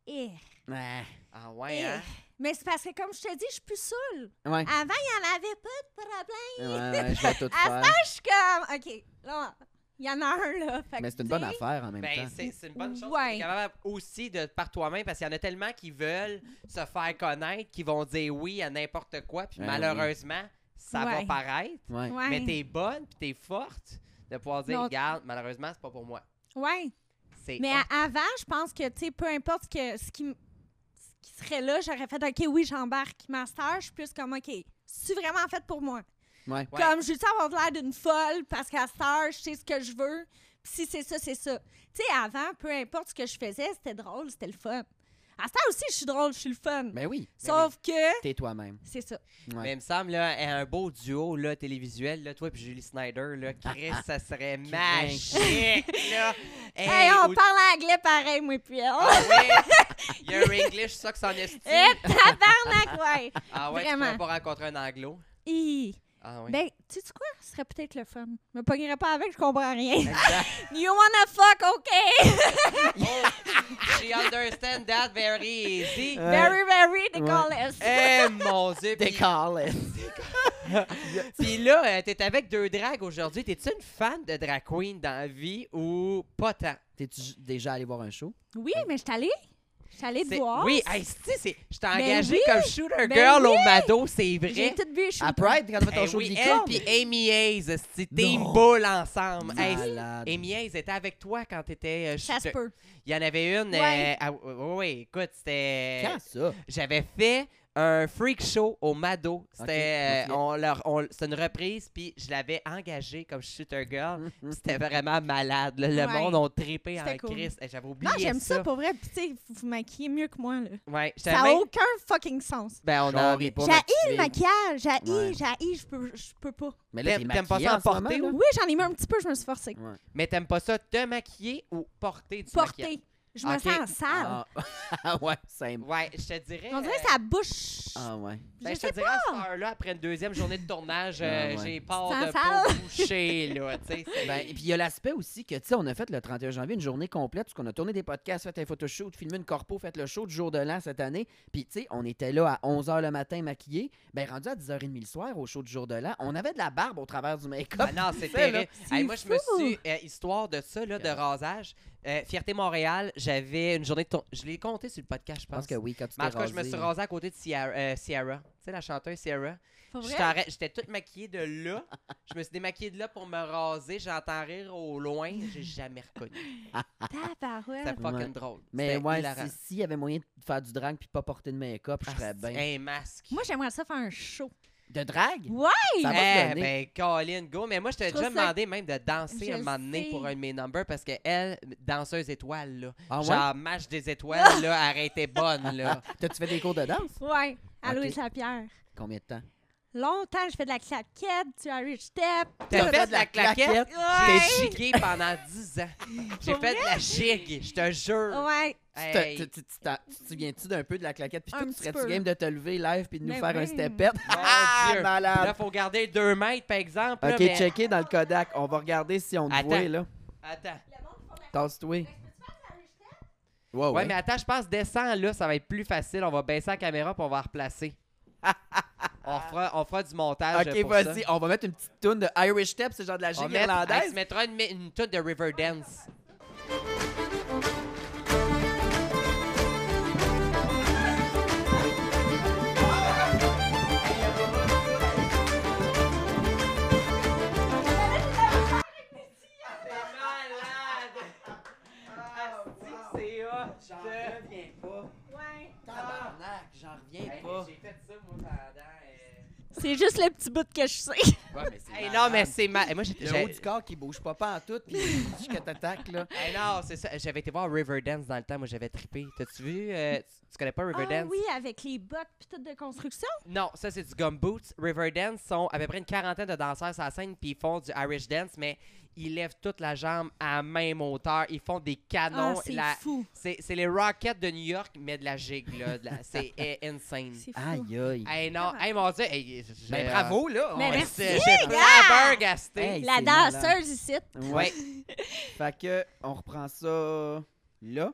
Speaker 4: eh,
Speaker 3: Ah,
Speaker 2: Ah ouais,
Speaker 4: eh.
Speaker 2: hein?
Speaker 4: Mais c'est parce que, comme je te dis, je suis plus saoule.
Speaker 3: Ouais.
Speaker 4: Avant, il n'y en avait pas de problème.
Speaker 3: ouais, ouais, je vais tout
Speaker 2: Ah,
Speaker 4: À
Speaker 3: faire.
Speaker 4: Je suis comme, OK, là, il y en a un, là. Fait
Speaker 3: Mais
Speaker 4: que,
Speaker 3: c'est une
Speaker 4: tu
Speaker 3: bonne
Speaker 4: sais,
Speaker 3: affaire en même
Speaker 2: Ben,
Speaker 3: temps.
Speaker 2: c'est c'est une bonne chose.
Speaker 4: Ouais.
Speaker 2: T'es capable aussi de par toi-même, parce qu'il y en a tellement qui veulent se faire connaître, qui vont dire oui à n'importe quoi, puis
Speaker 3: Ben oui.
Speaker 2: malheureusement, ça va
Speaker 4: Ouais.
Speaker 2: paraître.
Speaker 3: Ouais.
Speaker 4: Ouais.
Speaker 2: Mais t'es bonne, puis t'es forte de pouvoir dire,
Speaker 4: Non.
Speaker 2: regarde, malheureusement, c'est pas pour moi.
Speaker 4: Ouais.
Speaker 2: C'est
Speaker 4: Mais à- avant, je pense que, tu sais, peu importe ce, que, ce, qui, m- ce qui serait là, j'aurais fait, OK, oui, j'embarque, master. Je suis plus comme, OK, c'est vraiment fait pour moi.
Speaker 3: Ouais.
Speaker 2: Ouais.
Speaker 4: Comme, je veux avoir l'air d'une folle parce qu'à cette heure, je sais ce que je veux. Puis si c'est ça, c'est ça. Tu sais, avant, peu importe ce que je faisais, c'était drôle, c'était le fun. À cette heure aussi, je suis drôle, je suis le fun.
Speaker 3: Ben oui,
Speaker 4: Sauf que,
Speaker 3: t'es toi-même.
Speaker 4: c'est ça.
Speaker 3: Ouais.
Speaker 2: Mais il me semble, là, eh, un beau duo là, télévisuel, là, toi et Julie Snyder, là, Chris, ça serait magique. là. Hey,
Speaker 4: Hey, on
Speaker 2: Eh, ou-
Speaker 4: parle anglais pareil, moi, puis elle.
Speaker 2: Ah ouais, Your English sucks on esteem.
Speaker 4: Eh, tabarnak, ouais.
Speaker 2: ah ouais, tu
Speaker 4: vraiment.
Speaker 2: pourrais pas rencontrer un anglo.
Speaker 4: Hi.
Speaker 2: Ah ouais.
Speaker 4: Ben, tu sais quoi? Ce serait peut-être le fun. Je me pognerais pas avec, je comprends rien.
Speaker 2: Exact.
Speaker 4: You wanna fuck, OK?
Speaker 2: Oh, she understand that very easy.
Speaker 3: Euh,
Speaker 4: Very, very Nicholas.
Speaker 2: Eh mon dieu.
Speaker 3: Des
Speaker 2: Puis,
Speaker 3: Yes.
Speaker 2: puis là, euh, t'es avec deux drags aujourd'hui. T'es-tu une fan de drag queen dans la vie ou pas tant?
Speaker 3: T'es-tu j- déjà allé voir un show?
Speaker 4: Oui, mais je suis allée. Je suis allée te
Speaker 2: C'est-
Speaker 4: voir.
Speaker 2: Oui, hey, c'est- c'est- je t'ai
Speaker 4: Ben
Speaker 2: engagée
Speaker 4: oui,
Speaker 2: comme shooter
Speaker 4: ben
Speaker 2: girl au
Speaker 4: oui.
Speaker 2: Mado, c'est
Speaker 4: J'ai
Speaker 2: vrai.
Speaker 4: tout vu, je suis
Speaker 3: À Pride, quand t'as fait ton
Speaker 2: Eh
Speaker 3: show
Speaker 2: oui,
Speaker 3: de
Speaker 2: elle
Speaker 3: licorne?
Speaker 2: puis Amy Hayes, c'est team
Speaker 3: Non.
Speaker 2: bull ensemble. Hey, c'est-
Speaker 3: Malade.
Speaker 2: Amy Hayes était avec toi quand t'étais euh,
Speaker 4: Ça se
Speaker 2: shooter.
Speaker 4: peut.
Speaker 2: Il y en avait une.
Speaker 4: Ouais.
Speaker 2: euh, ah, oui, oui, écoute, c'était.
Speaker 3: Quand ça?
Speaker 2: J'avais fait un freak show au Mado. C'était
Speaker 3: Ok,
Speaker 2: euh, on leur- on- c'est une reprise, puis je l'avais engagée comme shooter
Speaker 3: Mm.
Speaker 2: girl. puis C'était vraiment malade. là. Le
Speaker 4: Ouais.
Speaker 2: monde ont trippé en
Speaker 4: C'était cool.
Speaker 2: Christ. Eh, J'avais oublié
Speaker 4: Non, j'aime
Speaker 2: ça.
Speaker 4: ça, pour vrai. Puis, tu sais, vous vous maquillez mieux que moi, là.
Speaker 2: Ouais, j'étais
Speaker 4: Ça n'a
Speaker 2: même-
Speaker 4: aucun fucking sens.
Speaker 2: Ben, on en
Speaker 3: Genre,
Speaker 2: rit
Speaker 3: pas
Speaker 4: J'ai le
Speaker 3: motivé.
Speaker 4: maquillage, j'ai
Speaker 3: Ouais.
Speaker 4: j'ai je peux, je peux pas.
Speaker 3: Mais là, t'es
Speaker 2: T'aimes- t'aimes pas
Speaker 3: maquillée
Speaker 2: ça
Speaker 3: en ce
Speaker 2: emporter,
Speaker 3: moment, là?
Speaker 4: Oui, j'en ai mis un petit peu, je me suis forcée.
Speaker 2: Mais t'aimes pas ça te maquiller ou porter du maquillage?
Speaker 4: Portée. Je me
Speaker 2: Ok.
Speaker 4: sens sale.
Speaker 3: Ah ouais, simple.
Speaker 2: Ouais, je te dirais.
Speaker 4: On dirait
Speaker 2: euh,
Speaker 4: que ça bouche.
Speaker 3: Ah ouais.
Speaker 2: ben,
Speaker 4: je
Speaker 2: je te
Speaker 4: sais
Speaker 2: dirais à cette heure-là, après une deuxième journée de tournage, euh,
Speaker 3: Ah ouais.
Speaker 2: j'ai peur
Speaker 4: Tu te
Speaker 2: de
Speaker 4: sens
Speaker 2: pas
Speaker 4: sale?
Speaker 2: boucher, là. tu sais, c'est-
Speaker 3: Ben, et puis il y a l'aspect aussi que, tu sais, on a fait le 31 janvier une journée complète, parce qu'on a tourné des podcasts, fait un photoshoot, filmé une corpo, fait le show du jour de l'an cette année. Puis, tu sais, on était là à 11h le matin maquillés. Ben, rendu à 10h30 le soir au show du jour de l'an, on avait de la barbe au travers du make-up.
Speaker 2: Ah non, c'est
Speaker 3: C'est
Speaker 2: terrible.
Speaker 4: là.
Speaker 2: Hey, moi, je
Speaker 4: C'est
Speaker 2: me
Speaker 4: fou.
Speaker 2: suis. euh, histoire de ça, là, de
Speaker 3: Regarde.
Speaker 2: rasage, euh, Fierté Montréal, j'avais une journée de tour- Je l'ai compté sur le podcast, je
Speaker 3: Je pense
Speaker 2: pense.
Speaker 3: que oui, quand tu t'es
Speaker 2: Mais en tout cas, je me
Speaker 3: rasé,
Speaker 2: suis
Speaker 3: là.
Speaker 2: rasée à côté de Ciara- euh, Ciara. Tu sais, la chanteuse Ciara.
Speaker 4: Pour vrai?
Speaker 2: J'étais arrêt- J'étais toute maquillée de là. Je me suis démaquillée de là pour me raser. J'entends rire au loin. J'ai jamais reconnu.
Speaker 4: Tabarouette.
Speaker 2: C'était fucking
Speaker 3: Ouais.
Speaker 2: drôle.
Speaker 3: Mais
Speaker 2: C'était
Speaker 3: ouais,
Speaker 2: hilarant.
Speaker 3: si- s'il y avait moyen de faire du drag puis pas porter de make-up, je
Speaker 2: Ah,
Speaker 3: serais
Speaker 2: c'est-
Speaker 3: bien.
Speaker 2: Un masque.
Speaker 4: Moi, j'aimerais ça faire un show.
Speaker 3: De drague?
Speaker 4: Ouais!
Speaker 3: Ça va se
Speaker 2: Eh
Speaker 3: donner.
Speaker 2: ben, Colin, go. Mais moi, je t'ai
Speaker 4: trouve
Speaker 2: déjà
Speaker 4: ça-
Speaker 2: demandé même de danser
Speaker 4: Je
Speaker 2: un moment donné
Speaker 4: sais.
Speaker 2: pour un de mes numbers parce que elle, danseuse étoile, là.
Speaker 3: Ah ouais?
Speaker 2: genre, match des étoiles, là, arrêtez bonne, là.
Speaker 3: T'as-tu fait des cours de danse?
Speaker 4: Ouais, à
Speaker 3: Ok.
Speaker 4: Louis Lapierre.
Speaker 3: Combien de temps?
Speaker 4: Longtemps, je fais de la claquette, du Irish step.
Speaker 2: T'as
Speaker 3: T'as
Speaker 2: fait de la claquette?
Speaker 4: Ouais.
Speaker 2: J'ai gigué pendant 10 ans. J'ai
Speaker 4: Pour
Speaker 2: fait de la gigue, je te jure.
Speaker 4: Ouais.
Speaker 3: Tu
Speaker 2: Hey.
Speaker 3: te- tu- tu- tu t'en- tu te souviens-tu d'un peu de la claquette? Puis
Speaker 4: Un
Speaker 3: toi, tu
Speaker 4: petit
Speaker 3: serais-tu
Speaker 4: peu.
Speaker 3: game de te lever live puis de nous
Speaker 4: Mais
Speaker 3: faire un
Speaker 4: oui.
Speaker 3: step-up?
Speaker 2: Mon
Speaker 3: Ah,
Speaker 2: Dieu. Là,
Speaker 3: malade!
Speaker 2: faut garder 2 mètres, par exemple. là,
Speaker 3: Ok,
Speaker 2: mais-
Speaker 3: checker dans le Kodak. On va regarder si on te
Speaker 2: Attends.
Speaker 3: voit, là.
Speaker 2: Attends.
Speaker 3: Tasse-toi. Ah Ouais,
Speaker 2: Ouais, mais attends, je pense descends là, ça va être plus facile. On va baisser la caméra puis on va replacer. on, fera, on fera du montage.
Speaker 3: Ok,
Speaker 2: pour ça.
Speaker 3: vas-y. On va mettre une petite toune de Irish Step, c'est genre de la
Speaker 2: On
Speaker 3: gigue
Speaker 2: met, hey,
Speaker 3: irlandaise.
Speaker 2: tu mettras une, une toute de Riverdance.
Speaker 4: Ouais.
Speaker 3: Tabarnak, j'en reviens
Speaker 4: C'est juste le petit bout que je sais.
Speaker 3: Ouais, mais c'est
Speaker 2: Hey, non,
Speaker 3: malade.
Speaker 2: mais c'est ma... Moi, j'ai-
Speaker 3: Le
Speaker 2: j'ai-
Speaker 3: haut du corps qui bouge pas pas en tout, puis jusqu'à t'attaque, là.
Speaker 2: Hey, non, c'est ça. J'avais été voir Riverdance dans le temps. Moi, j'avais trippé. T'as-tu vu? euh, tu- tu connais pas
Speaker 4: Ah
Speaker 2: Riverdance?
Speaker 4: oui, avec les bottes pis tout de construction.
Speaker 2: Non, ça c'est du gumboots. Riverdance sont à peu près une quarantaine de danseurs sur la scène puis ils font du Irish dance, mais ils lèvent toute la jambe à la même hauteur. Ils font des
Speaker 4: Ah,
Speaker 2: canons.
Speaker 4: c'est
Speaker 2: La-
Speaker 4: fou.
Speaker 2: C'est c'est les Rockets de New York, mais de la gigue là. de la- C'est eh, insane.
Speaker 4: C'est fou.
Speaker 3: Aïe, aïe.
Speaker 2: Hey non,
Speaker 4: Comment-
Speaker 2: hey mon dieu, hey, j'ai-
Speaker 3: Ben,
Speaker 2: euh,
Speaker 3: bravo, là.
Speaker 4: Mais
Speaker 3: on-
Speaker 4: merci,
Speaker 2: c'est- J'ai vraiment gasté.
Speaker 3: Hey.
Speaker 4: la
Speaker 3: c'est malade.
Speaker 4: danseuse ici.
Speaker 3: Ouais. fait que, on reprend ça là.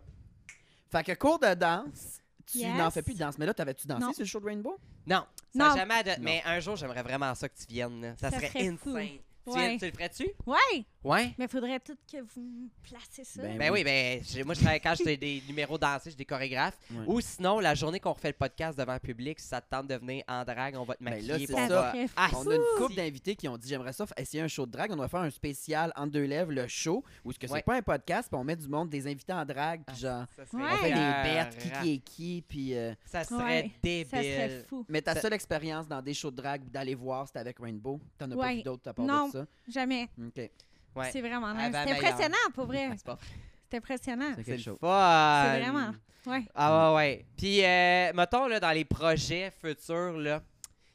Speaker 3: Fait que cours de danse, tu
Speaker 4: Yes.
Speaker 3: n'en fais plus de danse. Mais là, t'avais-tu dansé
Speaker 4: Non.
Speaker 3: sur le show de Rainbow?
Speaker 2: Non, ça
Speaker 4: Non.
Speaker 2: a jamais adopté- Mais un jour, j'aimerais vraiment ça que tu viennes. là. Ça,
Speaker 4: Ça
Speaker 2: serait,
Speaker 4: serait
Speaker 2: insane.
Speaker 4: fou.
Speaker 2: Tu,
Speaker 4: Ouais.
Speaker 2: viens- tu le ferais-tu?
Speaker 4: Ouais.
Speaker 2: Ouais.
Speaker 4: Mais faudrait tout que vous me placez ça.
Speaker 3: Ben
Speaker 2: Ben oui, ben j'ai- moi je travaille quand j'ai des numéros dansés, j'ai des chorégraphes.
Speaker 3: Ouais.
Speaker 2: Ou sinon, la journée qu'on refait le podcast devant le public, si ça te tente de venir en drague, on va te
Speaker 3: Ben là,
Speaker 2: maquiller.
Speaker 3: c'est
Speaker 2: puis on
Speaker 3: ça.
Speaker 2: va-
Speaker 4: Très fou.
Speaker 2: Ah,
Speaker 3: On a une couple d'invités qui ont dit J'aimerais ça f- essayer un show de drague. On devrait faire un spécial en deux lèvres, le show, où ce que c'est
Speaker 2: Ouais. Ah.
Speaker 3: pas un podcast, puis on met du monde, des invités en drague, puis genre,
Speaker 2: ça serait
Speaker 4: Ouais.
Speaker 3: on fait des
Speaker 2: hilarant.
Speaker 3: bêtes, qui, qui est qui, puis. euh,
Speaker 2: Ça serait
Speaker 4: Ouais,
Speaker 2: débile.
Speaker 4: Ça serait fou.
Speaker 3: Mais ta
Speaker 2: Ça-
Speaker 3: seule expérience dans des shows de drague ou d'aller voir, c'était avec Rainbow. T'en as pas
Speaker 4: Ouais.
Speaker 3: vu d'autres à part
Speaker 4: Non.
Speaker 3: de ça?
Speaker 4: Jamais.
Speaker 3: OK.
Speaker 2: Ouais. Ah ben,
Speaker 4: C'est vraiment
Speaker 2: Avant,
Speaker 4: nice. C'est
Speaker 2: meilleur.
Speaker 4: impressionnant, pour vrai.
Speaker 2: Ah, C'est pas vrai.
Speaker 4: C'est impressionnant.
Speaker 3: C'est
Speaker 2: C'est
Speaker 3: quelque
Speaker 2: le
Speaker 3: chose.
Speaker 2: fun.
Speaker 4: C'est vraiment. Ouais.
Speaker 2: Ah ouais, ouais. Puis, euh, mettons, là, dans les projets futurs, là,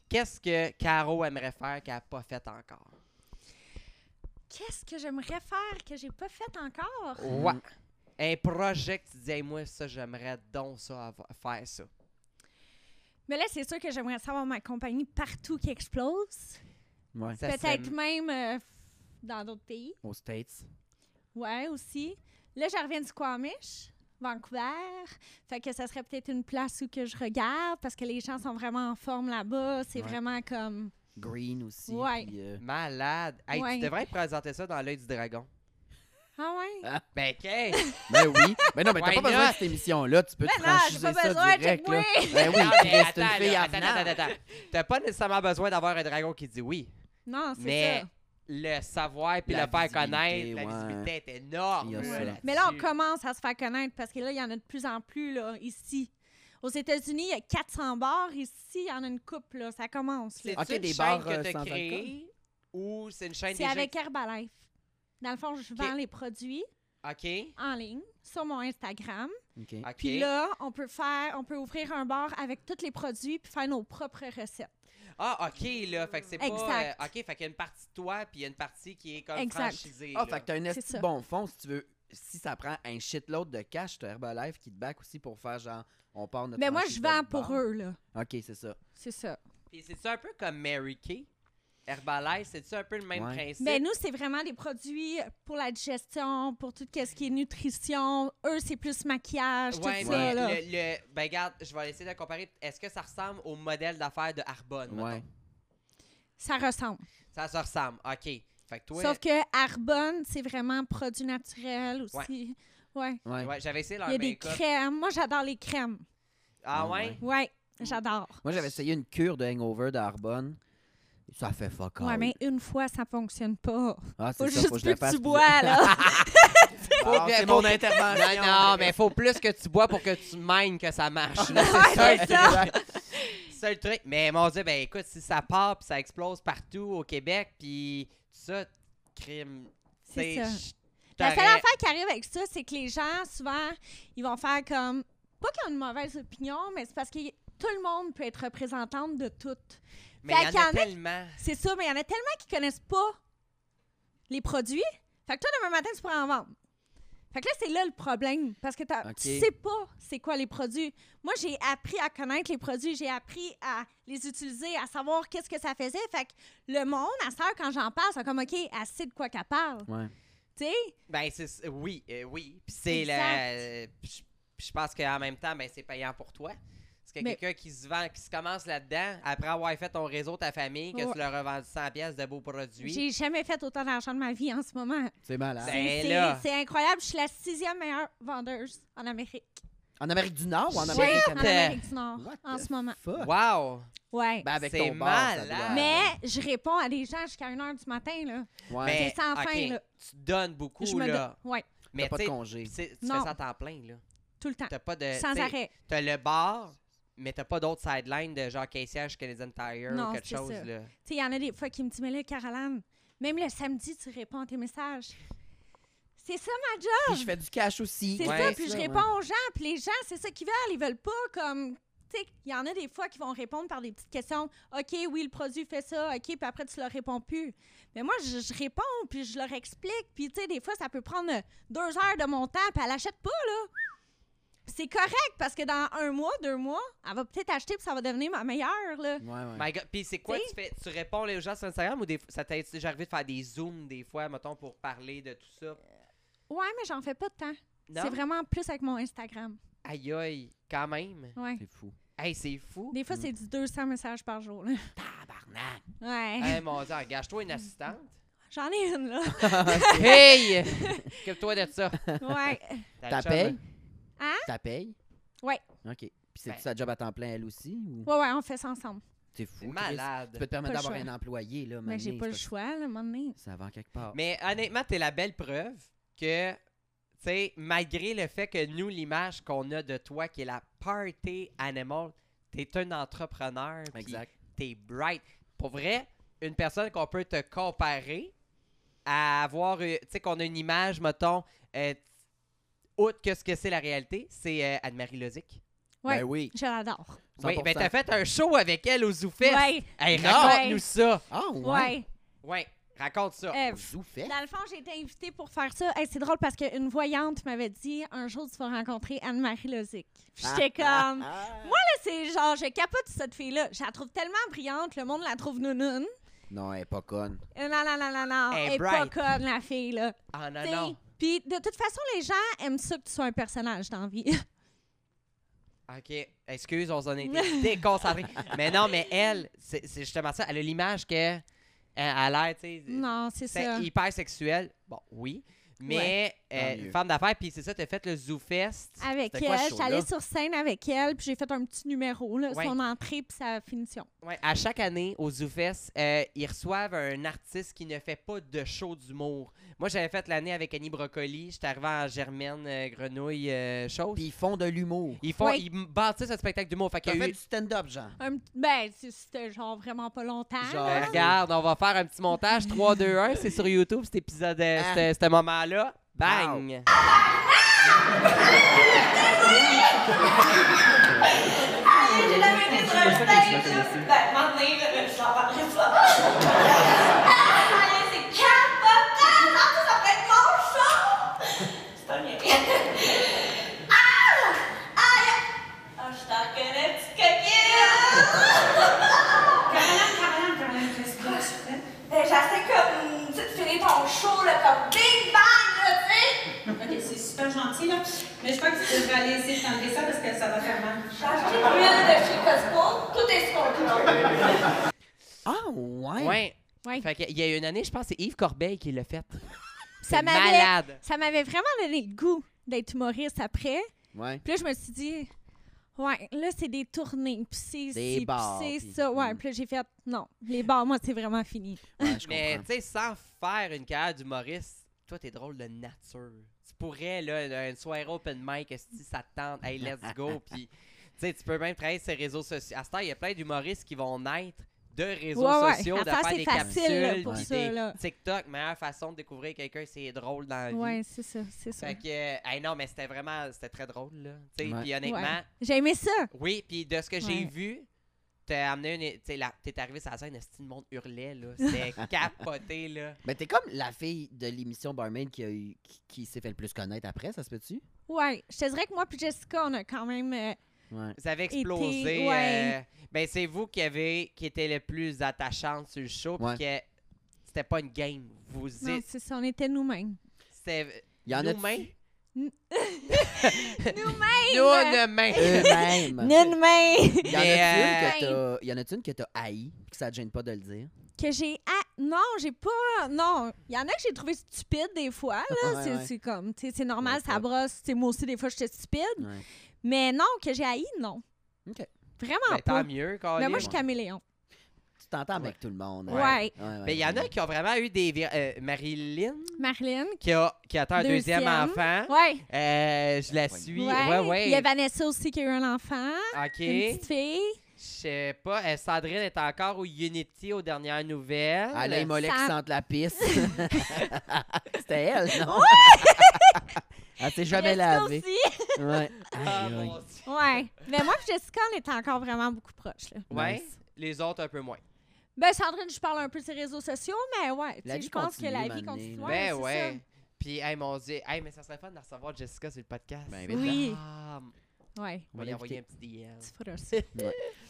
Speaker 2: qu'est-ce que Caro aimerait faire qu'elle n'a pas fait encore?
Speaker 4: Qu'est-ce que j'aimerais faire que j'ai pas fait encore?
Speaker 2: Ouais. Un projet que tu dis, Hey, moi, ça, j'aimerais donc ça, avoir- faire ça.
Speaker 4: Mais là, c'est sûr que j'aimerais savoir ma compagnie partout qui explose.
Speaker 3: Ouais.
Speaker 2: Ça serait-
Speaker 4: Peut-être même euh, dans d'autres pays.
Speaker 3: Aux States.
Speaker 4: Ouais, aussi. Là, je reviens du Squamish, Vancouver. Fait que ça serait peut-être une place où que je regarde parce que les gens sont vraiment en forme là-bas. C'est
Speaker 3: Ouais.
Speaker 4: vraiment comme.
Speaker 3: Green aussi.
Speaker 4: Ouais.
Speaker 3: puis, euh,
Speaker 2: Malade. Hey,
Speaker 4: Ouais.
Speaker 2: Tu devrais présenter ça dans l'œil du dragon.
Speaker 4: Ah ouais?
Speaker 2: Ben, qu'est
Speaker 3: Ben oui. Ben non, mais t'as
Speaker 2: Why
Speaker 3: pas besoin
Speaker 2: not?
Speaker 3: de cette émission-là. Tu peux te
Speaker 4: Ben non, j'ai
Speaker 3: franchiser
Speaker 4: pas
Speaker 3: ça
Speaker 4: besoin,
Speaker 3: direct.
Speaker 4: check-moi.
Speaker 3: Là. Ben oui,
Speaker 2: Non,
Speaker 3: tu
Speaker 2: mais
Speaker 3: restes une
Speaker 2: attends,
Speaker 3: fille
Speaker 2: là,
Speaker 3: à
Speaker 2: attends, attends, attends, attends. T'as pas nécessairement besoin d'avoir un dragon qui dit oui,
Speaker 4: Non, c'est
Speaker 2: mais
Speaker 4: ça.
Speaker 2: le savoir puis
Speaker 3: La
Speaker 2: le faire
Speaker 3: visibilité,
Speaker 2: connaître, la
Speaker 3: ouais.
Speaker 2: visibilité est énorme.
Speaker 3: Il y a
Speaker 2: là,
Speaker 3: ça.
Speaker 2: là-dessus.
Speaker 4: Mais là, on commence à se faire connaître parce que là, il y en a de plus en plus là, ici. Aux États-Unis, il y a 400 bars. Ici, il y en a une coupe. Là. Ça commence. là.
Speaker 2: C'est
Speaker 3: Ok, des
Speaker 2: une
Speaker 3: bars,
Speaker 2: chaîne
Speaker 3: euh,
Speaker 2: que t'as
Speaker 3: sans
Speaker 2: créée ou c'est une chaîne
Speaker 4: C'est
Speaker 2: Ben, déjà...
Speaker 4: avec Herbalife. Dans le fond, je vends
Speaker 2: Ok.
Speaker 4: les produits
Speaker 2: Ok,
Speaker 4: en ligne sur mon Instagram.
Speaker 3: OK.
Speaker 2: ok.
Speaker 4: Puis là, on peut faire, on peut ouvrir un bar avec tous les produits puis faire nos propres recettes.
Speaker 2: Ah, ok, là, fait que c'est pas...
Speaker 4: Exact.
Speaker 2: euh, ok, fait qu'il y a une partie de toi puis il y a une partie qui est comme
Speaker 4: Exact.
Speaker 2: franchisée. là.
Speaker 3: Ah, fait que t'as un
Speaker 4: C'est
Speaker 3: esti
Speaker 4: ça.
Speaker 3: bon fond si tu veux. Si ça prend un shitload de cash, t'as Herbalife qui te back aussi pour faire genre, on part notre.
Speaker 4: Mais Ben, moi,
Speaker 3: franchise
Speaker 4: je
Speaker 3: de
Speaker 4: vends pour
Speaker 3: bar.
Speaker 4: eux, là.
Speaker 3: OK, c'est ça.
Speaker 4: C'est ça.
Speaker 2: Puis c'est-tu un peu comme Mary Kay? Herbalife, c'est-tu un peu le même
Speaker 3: Ouais.
Speaker 2: principe?
Speaker 4: Mais Ben, nous, c'est vraiment des produits pour la digestion, pour tout ce qui est nutrition. Eux, c'est plus maquillage,
Speaker 2: Ouais,
Speaker 4: tout
Speaker 2: mais
Speaker 4: ça, là.
Speaker 2: le, le- ben regarde, je vais essayer de comparer. Est-ce que ça ressemble au modèle d'affaires de Arbonne?
Speaker 3: Ouais.
Speaker 2: mettons?
Speaker 4: Ça ressemble.
Speaker 2: Ça se ressemble, ok. Fait que toi,
Speaker 4: Sauf que Arbonne, c'est vraiment produit naturel
Speaker 2: Ouais.
Speaker 4: aussi. Ouais.
Speaker 3: Ouais.
Speaker 2: ouais, Ah, ben, j'avais essayé leur
Speaker 4: Il y a des
Speaker 2: make-up.
Speaker 4: crèmes. Moi, j'adore les crèmes.
Speaker 2: Ah
Speaker 3: Ah
Speaker 2: ouais?
Speaker 4: Ouais,
Speaker 2: Mm.
Speaker 4: j'adore.
Speaker 3: Moi, j'avais essayé une cure de hangover de Harbonne. Ça fait fuck all.
Speaker 4: Ouais, mais une fois, ça fonctionne pas.
Speaker 3: Ah, c'est ça,
Speaker 4: Faut juste
Speaker 3: faut que je
Speaker 4: plus
Speaker 3: la
Speaker 4: que
Speaker 3: fasse.
Speaker 4: tu bois, là.
Speaker 3: Ah, c'est
Speaker 2: Faut-
Speaker 3: mon intervention.
Speaker 2: Non, non, mais faut plus que tu bois pour que tu mines que ça marche. là,
Speaker 4: Ouais,
Speaker 2: c'est ça.
Speaker 4: c'est ça.
Speaker 2: ça. seul truc. Mais mon Dieu, ben écoute, si ça part puis ça explose partout au Québec, puis tout ça, crime. tu
Speaker 4: C'est
Speaker 2: sais,
Speaker 4: ça.
Speaker 2: je-
Speaker 4: La seule
Speaker 2: t'aurais-
Speaker 4: affaire qui arrive avec ça, c'est que les gens, souvent, ils vont faire comme. Pas qu'ils ont une mauvaise opinion, mais c'est parce que tout le monde peut être représentante de tout.
Speaker 2: Mais il y en
Speaker 4: Fait
Speaker 2: a
Speaker 4: qu'il y en a-
Speaker 2: tellement.
Speaker 4: C'est ça, mais il y en a tellement qui connaissent pas les produits. Fait que toi, demain matin, tu pourras en vendre. Fait que là, c'est là le problème. Parce que t'as-
Speaker 3: Ok.
Speaker 4: tu sais pas c'est quoi les produits. Moi, j'ai appris à connaître les produits, j'ai appris à les utiliser, à savoir qu'est-ce que ça faisait. Fait que le monde, à ça, quand j'en parle, c'est comme, OK, elle sait de quoi qu'elle parle.
Speaker 3: Ouais.
Speaker 4: Tu sais?
Speaker 2: Ben, c'est. Oui, euh, oui. Puis c'est le.
Speaker 4: Exact.
Speaker 2: puis je- puis je pense qu'en même temps, ben, c'est payant pour toi. Parce que
Speaker 4: Mais-
Speaker 2: quelqu'un qui se vend, qui se commence là-dedans, après avoir fait ton réseau, ta famille, que
Speaker 4: Ouais.
Speaker 2: tu leur as vendu 100 pièces de beaux produits.
Speaker 4: J'ai jamais fait autant d'argent de ma vie en ce moment.
Speaker 3: C'est malade.
Speaker 2: Ben
Speaker 4: C'est-
Speaker 2: là.
Speaker 4: C'est c'est incroyable. Je suis la sixième meilleure vendeuse en Amérique.
Speaker 3: En Amérique du Nord ou en
Speaker 2: Shit!
Speaker 3: Amérique
Speaker 4: En
Speaker 3: du Nord?
Speaker 4: Amérique du Nord,
Speaker 3: What
Speaker 4: en
Speaker 3: the
Speaker 4: ce moment.
Speaker 3: Fuck.
Speaker 2: Wow!
Speaker 4: Ouais.
Speaker 3: Ben, avec
Speaker 2: C'est
Speaker 3: ton bar, ça
Speaker 2: malade.
Speaker 3: doit-
Speaker 4: Mais
Speaker 2: ben.
Speaker 4: je réponds à des gens jusqu'à 1h du matin, là.
Speaker 3: Ouais.
Speaker 2: Mais,
Speaker 4: C'est sans
Speaker 2: Ben, ok,
Speaker 4: fin, là.
Speaker 2: Tu donnes beaucoup,
Speaker 4: je me
Speaker 2: là.
Speaker 4: donne- Ouais,
Speaker 2: Mais
Speaker 3: T'as pas de
Speaker 2: t'sais,
Speaker 3: congé.
Speaker 2: c'est- Tu
Speaker 4: Non.
Speaker 2: fais ça à temps plein, là.
Speaker 4: tout le temps.
Speaker 2: T'as pas de.
Speaker 4: Sans
Speaker 2: t'sais,
Speaker 4: arrêt.
Speaker 2: T'as le bar, mais t'as pas d'autres sidelines de genre caissière chez Canadian Tire
Speaker 4: Non,
Speaker 2: ou quelque
Speaker 4: c'est
Speaker 2: chose,
Speaker 4: ça.
Speaker 2: là.
Speaker 4: Tu sais, il y en a des fois qui me disent, mais là, Caroline, même le samedi, tu réponds à tes messages. C'est ça ma job.
Speaker 3: Puis je fais du cash aussi.
Speaker 4: Ah, C'est
Speaker 2: Ouais,
Speaker 4: ça,
Speaker 2: c'est
Speaker 4: puis je
Speaker 3: ça,
Speaker 4: réponds aux gens, puis les gens, c'est ça qu'ils veulent. Ils veulent pas comme. Tu sais, il y en a des fois qui vont répondre par des petites questions. OK, oui, le produit fait ça, OK, puis après, tu leur réponds plus. Mais moi, je, je réponds, puis je leur explique, puis tu sais, des fois, ça peut prendre euh, deux heures de mon temps, puis elle achète pas, là. Puis C'est correct, parce que dans un mois, deux mois, elle va peut-être acheter, puis ça va devenir ma meilleure, là.
Speaker 3: Ouais, ouais.
Speaker 2: My God. Puis c'est quoi
Speaker 4: T'sais?
Speaker 2: tu fais? Tu réponds les gens sur Instagram ou des, ça t'est déjà arrivé de faire des zooms des fois, mettons, pour parler de tout ça?
Speaker 4: Ouais, mais j'en fais pas de temps.
Speaker 2: Non?
Speaker 4: C'est vraiment plus avec mon Instagram.
Speaker 2: Aïe aïe, quand même.
Speaker 4: Ouais.
Speaker 3: C'est fou.
Speaker 2: Hey, c'est fou.
Speaker 4: Des fois, c'est du 200 messages par jour, là.
Speaker 2: Tabarnak.
Speaker 4: Ouais.
Speaker 2: hey, mon Dieu, engage-toi une assistante.
Speaker 4: J'en ai une, là.
Speaker 3: Ah,
Speaker 2: hey! Occupe-toi de ça.
Speaker 4: Ouais.
Speaker 3: T'as paye?
Speaker 4: Hein?
Speaker 3: T'as paye?
Speaker 4: Ouais.
Speaker 3: OK. Puis c'est-tu
Speaker 2: Ben.
Speaker 3: sa job à temps plein, elle aussi? Ou...
Speaker 4: Ouais, ouais, on fait ça ensemble.
Speaker 3: T'es fou.
Speaker 2: C'est
Speaker 3: Chris. Tu peux
Speaker 2: malade.
Speaker 3: te permettre
Speaker 4: Pas le
Speaker 3: d'avoir
Speaker 4: choix.
Speaker 3: un employé, là,
Speaker 4: Mais j'ai
Speaker 3: mané,
Speaker 4: pas
Speaker 3: c'est
Speaker 4: le
Speaker 3: parce-
Speaker 4: choix, le moment donné.
Speaker 3: Ça vend quelque part.
Speaker 2: Mais honnêtement, t'es la belle preuve que, tu sais, malgré le fait que nous, l'image qu'on a de toi, qui est la party animal, t'es un entrepreneur. puis
Speaker 3: Exact.
Speaker 2: t'es bright. Pour vrai, une personne qu'on peut te comparer à avoir, euh, tu sais, qu'on a une image, mettons, euh, autre que ce que c'est la réalité, c'est euh, Anne-Marie Lozic.
Speaker 4: Ouais.
Speaker 3: Ben oui.
Speaker 4: Je l'adore.
Speaker 2: Oui, ben
Speaker 3: 100%.
Speaker 2: t'as fait un show avec elle aux Zoufest.
Speaker 4: Ouais,
Speaker 2: Hey,
Speaker 4: Non.
Speaker 2: raconte-nous
Speaker 4: Ouais.
Speaker 2: ça.
Speaker 3: Ah,
Speaker 4: ouais.
Speaker 3: ouais. Ah,
Speaker 2: Ouais, raconte ça.
Speaker 4: Euh,
Speaker 3: Zoufait.
Speaker 4: dans le fond, j'ai été invitée pour faire ça. Hey, c'est drôle parce qu'une voyante m'avait dit un jour, tu vas rencontrer Anne-Marie Lozic. Puis
Speaker 3: Ah,
Speaker 4: J'étais comme. Moi, là, c'est genre, je capote sur cette fille-là. Je la trouve tellement brillante, le monde la trouve nounoun.
Speaker 3: Non, elle est pas conne.
Speaker 4: Euh, Non, non, non, non, non.
Speaker 2: Elle est
Speaker 4: Elle est pas
Speaker 2: bright.
Speaker 4: conne, la fille, là.
Speaker 2: Ah non,
Speaker 4: T'sais,
Speaker 2: non.
Speaker 4: Puis de toute façon, les gens aiment ça que tu sois un personnage dans la vie.
Speaker 2: OK, excuse, on s'en était déconcentrés. mais non, mais elle, c'est c'est justement ça. Elle a l'image qu'elle a l'air, tu sais.
Speaker 4: non, c'est
Speaker 2: C'est
Speaker 4: ça.
Speaker 2: hyper sexuel. Ben, Bon, oui. Mais
Speaker 3: Tant
Speaker 2: euh,
Speaker 3: mieux.
Speaker 2: femme d'affaires, puis c'est ça, t'as fait le ZooFest.
Speaker 4: Avec
Speaker 2: C'était quoi ce
Speaker 4: elle, j'étais
Speaker 2: show-là?
Speaker 4: allée sur scène avec elle, puis j'ai fait un petit numéro, là,
Speaker 2: Ouais.
Speaker 4: son entrée puis sa finition.
Speaker 2: Ouais, à chaque année, au ZooFest, euh, ils reçoivent un artiste qui ne fait pas de show d'humour. Moi, j'avais fait l'année avec Annie Brocoli. J'étais arrivé en Germaine, euh, Grenouille, euh, chose.
Speaker 3: Puis ils font de l'humour.
Speaker 2: Ils font,
Speaker 4: Ouais.
Speaker 2: ils bâtissent un spectacle d'humour. Fait
Speaker 3: T'as
Speaker 2: qu'il y a
Speaker 3: fait
Speaker 2: eu-
Speaker 3: du stand-up, genre.
Speaker 4: Un p- ben, c- c'était genre vraiment pas longtemps.
Speaker 3: Genre.
Speaker 2: Euh, regarde, on va faire un petit montage 3, 2, 1. C'est sur YouTube, cet épisode, euh,
Speaker 3: Ah.
Speaker 2: ce- ce moment-là. Bang!
Speaker 5: Je l'avais mis sur un stage, là. Ben, m'emmener, là, je t'en parlerai pas. Ah, c'est capotant! En plus, ça pourrait être mon show! C'est pas le mien. Ah! Aïe! Ah, je t'en reconnais, petite coquine!
Speaker 6: Caroline, Caroline, Caroline, qu'est-ce que tu fais?
Speaker 5: Ben, j'essaie comme, tu sais, de finir ton show, là, comme Big Bang, là, tu sais!
Speaker 6: Ok, c'est super gentil, là. Mais je crois que tu devrais aller essayer de t'enlever ça parce que ça va faire mal.
Speaker 5: J'ai acheté une huile de chez Costco, tout est sous contrôle.
Speaker 3: Ah, ouais.
Speaker 2: Ouais.
Speaker 4: Ouais.
Speaker 2: Fait qu'il y a une année, je pense, c'est Yves Corbeil qui l'a fait.
Speaker 4: Ça
Speaker 2: C'est
Speaker 4: m'avait,
Speaker 2: malade.
Speaker 4: ça m'avait vraiment donné le goût d'être humoriste après.
Speaker 3: Ouais.
Speaker 4: Puis là, je me suis dit, ouais, là, c'est des tournées, puis c'est
Speaker 3: Des
Speaker 4: ci, puis
Speaker 3: bars,
Speaker 4: c'est
Speaker 3: puis-
Speaker 4: ça.
Speaker 2: hmm.
Speaker 4: Ouais,
Speaker 3: Mm.
Speaker 4: puis là, j'ai fait, non, les bars, moi, c'est vraiment fini.
Speaker 3: Ouais, je
Speaker 2: Mais
Speaker 3: comprends.
Speaker 2: tu sais, sans faire une carrière d'humoriste, toi, t'es drôle de nature. Tu pourrais, là, une soirée open mic, si ça te tente, hey, let's go. Puis sais, tu peux même travailler sur les réseaux sociaux. À ce temps, il y a plein d'humoristes qui vont naître de réseaux
Speaker 4: Ouais, ouais.
Speaker 2: sociaux,
Speaker 4: À
Speaker 2: de
Speaker 4: ça,
Speaker 2: faire
Speaker 4: c'est
Speaker 2: des
Speaker 4: facile, là,
Speaker 2: capsules,
Speaker 4: pour
Speaker 2: puis
Speaker 4: ça,
Speaker 2: des
Speaker 4: là.
Speaker 2: TikTok. Meilleure façon de découvrir quelqu'un, c'est drôle dans la vie.
Speaker 4: Ouais, c'est ça, c'est ça.
Speaker 2: Fait que, euh, hey, non, mais c'était vraiment, c'était très drôle, là. Tu sais,
Speaker 3: Ouais.
Speaker 2: puis honnêtement,
Speaker 4: Ouais. J'ai aimé ça.
Speaker 2: oui, puis de ce que j'ai
Speaker 4: Ouais.
Speaker 2: vu, t'as amené une. Tu sais, la- t'es arrivé sur la scène, le monde hurlait, là. C'était capoté, là.
Speaker 3: Mais t'es comme la fille de l'émission Barmaid qui, a eu- qui, qui s'est fait le plus connaître après, ça se peut-tu?
Speaker 4: Ouais, je te dirais que moi puis Jessica, on a quand même euh,
Speaker 3: Ouais.
Speaker 2: Vous avez
Speaker 4: Été,
Speaker 2: explosé.
Speaker 4: ouais.
Speaker 2: euh, ben, c'est vous qui avez qui était le plus attachante sur le show, puis
Speaker 3: Ouais.
Speaker 2: que c'était pas une game. Vous
Speaker 4: non,
Speaker 2: êtes-
Speaker 4: c'est ça, on était nous-mêmes.
Speaker 2: c'était
Speaker 3: Il y en a
Speaker 2: nous-mêmes.
Speaker 4: euh,
Speaker 2: Nous-mêmes.
Speaker 3: eux-mêmes.
Speaker 4: Nous-mêmes.
Speaker 3: Il y en
Speaker 2: Mais,
Speaker 3: a-tu une que
Speaker 4: euh,
Speaker 3: t'as- il y en a-tu une que t'as haï, que ça te gêne pas de le dire?
Speaker 4: que j'ai ah non j'ai pas non il y en a que j'ai trouvé stupide des fois là
Speaker 3: Ouais,
Speaker 4: c'est
Speaker 3: ouais.
Speaker 4: c'est comme tu sais, c'est normal
Speaker 3: Ouais,
Speaker 4: ça
Speaker 3: ouais.
Speaker 4: brosse tu sais, moi aussi des fois j'étais stupide
Speaker 3: Ouais.
Speaker 4: mais non que j'ai haï non
Speaker 3: Ok.
Speaker 4: vraiment
Speaker 2: Ben,
Speaker 4: pas
Speaker 2: tant mieux,
Speaker 4: mais
Speaker 2: Colin.
Speaker 4: moi je suis
Speaker 3: ouais.
Speaker 4: caméléon
Speaker 3: Tu t'entends avec tout le monde. hein?
Speaker 4: ouais,
Speaker 2: Mais Ben, il y en a qui ont vraiment eu des. vir- euh, Marilyn,
Speaker 4: Marilyn
Speaker 2: qui a, qui attend un deuxième,
Speaker 4: Deuxième.
Speaker 3: Hein?
Speaker 2: enfant.
Speaker 4: ouais
Speaker 2: Euh, je la suis. Ouais, ouais.
Speaker 4: il y a Vanessa aussi qui a eu un enfant
Speaker 2: Ok.
Speaker 4: une
Speaker 2: Je
Speaker 4: petite fille
Speaker 2: sais pas. euh, Sandrine est encore au Unity aux dernières nouvelles.
Speaker 3: Ah, là, il m'a qui
Speaker 4: Ça-
Speaker 3: sentent la piste. C'était elle, non? elle s'est jamais
Speaker 4: Jessica
Speaker 3: lavée.
Speaker 4: aussi
Speaker 3: Ouais.
Speaker 2: Ah,
Speaker 3: Aïe, aïe.
Speaker 2: mon Dieu.
Speaker 4: ouais mais moi puis Jessica on était encore vraiment beaucoup proches là.
Speaker 2: Ouais.
Speaker 3: Nice.
Speaker 2: Les autres, un peu moins.
Speaker 4: ben Sandrine je parle un peu de ses réseaux sociaux mais ouais tu
Speaker 3: La
Speaker 4: sais,
Speaker 3: vie
Speaker 4: je pense que
Speaker 3: continue,
Speaker 4: la
Speaker 3: m'amener,
Speaker 4: vie continue
Speaker 3: là.
Speaker 4: ouais,
Speaker 2: ben
Speaker 4: c'est
Speaker 2: ouais. Puis, hey, mon Dieu. Hey, mais ça serait fun de recevoir Jessica sur le podcast.
Speaker 3: Ben,
Speaker 4: vite, là. Oui.
Speaker 2: Ah, on
Speaker 4: ça. ouais
Speaker 2: va
Speaker 3: On va
Speaker 2: lui envoyer un
Speaker 3: l'inviter.
Speaker 2: petit DM.
Speaker 4: tu feras ça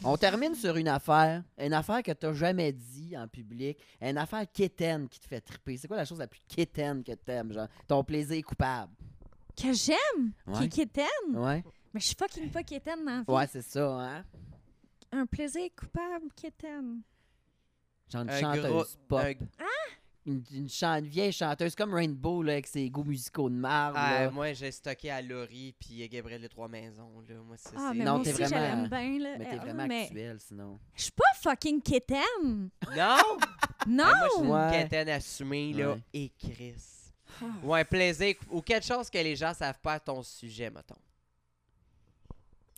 Speaker 3: On termine sur une affaire. Une affaire que t'as jamais dit en public. Une affaire quétaine qui te fait triper. C'est quoi la chose la plus quétaine que t'aimes, genre? Ton plaisir coupable.
Speaker 4: Que j'aime,
Speaker 3: Ouais.
Speaker 4: qui qui étaine.
Speaker 3: Ouais.
Speaker 4: Mais je suis fucking pas quétaine dans la vie.
Speaker 3: Ouais, c'est ça, hein?
Speaker 4: Un plaisir coupable quétaine.
Speaker 3: Genre une
Speaker 2: Un
Speaker 3: chanteuse
Speaker 2: gros-
Speaker 3: pop.
Speaker 2: un-
Speaker 3: Une, une chan- une vieille chanteuse comme Rainbow, là, avec ses goûts musicaux de marbre.
Speaker 2: Ah,
Speaker 3: là.
Speaker 2: moi, j'ai stocké à Laurie puis à Gabriel les Trois Maisons. Là. Moi, ça,
Speaker 4: Ah,
Speaker 2: c'est-
Speaker 4: mais
Speaker 3: Non,
Speaker 4: moi
Speaker 3: t'es
Speaker 4: aussi, je
Speaker 3: vraiment-
Speaker 4: l'aime bien.
Speaker 3: Mais
Speaker 4: Là,
Speaker 3: t'es
Speaker 2: euh,
Speaker 4: elle,
Speaker 3: vraiment
Speaker 4: mais
Speaker 3: actuelle, sinon.
Speaker 4: Je suis pas fucking quétaine.
Speaker 2: Non!
Speaker 4: Non!
Speaker 2: Ah, moi, je suis une
Speaker 3: Ouais.
Speaker 2: quétaine assumée, là,
Speaker 3: Ouais.
Speaker 2: et Chris.
Speaker 4: Ah.
Speaker 2: Ou un plaisir, ou quelque chose que les gens savent pas à ton sujet, mettons.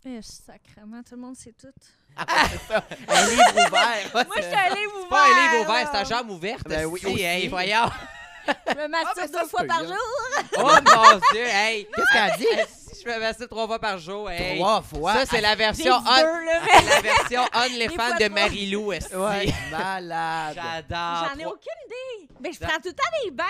Speaker 4: Eh, je suis sacrément, tout le monde sait tout.
Speaker 3: Un livre ouvert.
Speaker 4: Moi, je suis allée vous
Speaker 2: Pas un livre ouvert, c'est ta jambe ouverte.
Speaker 3: Ben oui,
Speaker 2: si,
Speaker 3: aussi.
Speaker 2: hey, voyons.
Speaker 4: Je me masturbe
Speaker 3: Ah, ben ça,
Speaker 4: deux
Speaker 3: se
Speaker 4: fois
Speaker 3: peut,
Speaker 4: par
Speaker 3: là.
Speaker 4: jour.
Speaker 2: Oh mon Dieu, hey!
Speaker 3: Qu'est-ce qu'elle a dit?
Speaker 2: Hey, Si je me masturbe trois fois par jour, hey!
Speaker 3: Trois fois. Ah,
Speaker 2: Ça, c'est la
Speaker 4: J'ai
Speaker 2: version
Speaker 4: dit
Speaker 2: on...
Speaker 4: deux, là.
Speaker 2: c'est la version
Speaker 4: Des
Speaker 2: OnlyFans
Speaker 4: fois
Speaker 2: de
Speaker 4: trois.
Speaker 2: Marie-Lou, est-ce
Speaker 3: Ouais, malade.
Speaker 2: J'adore.
Speaker 4: J'en ai
Speaker 2: Ah, Trois-
Speaker 4: aucune idée. Ben, je
Speaker 2: Ça-
Speaker 4: prends tout le temps des bains.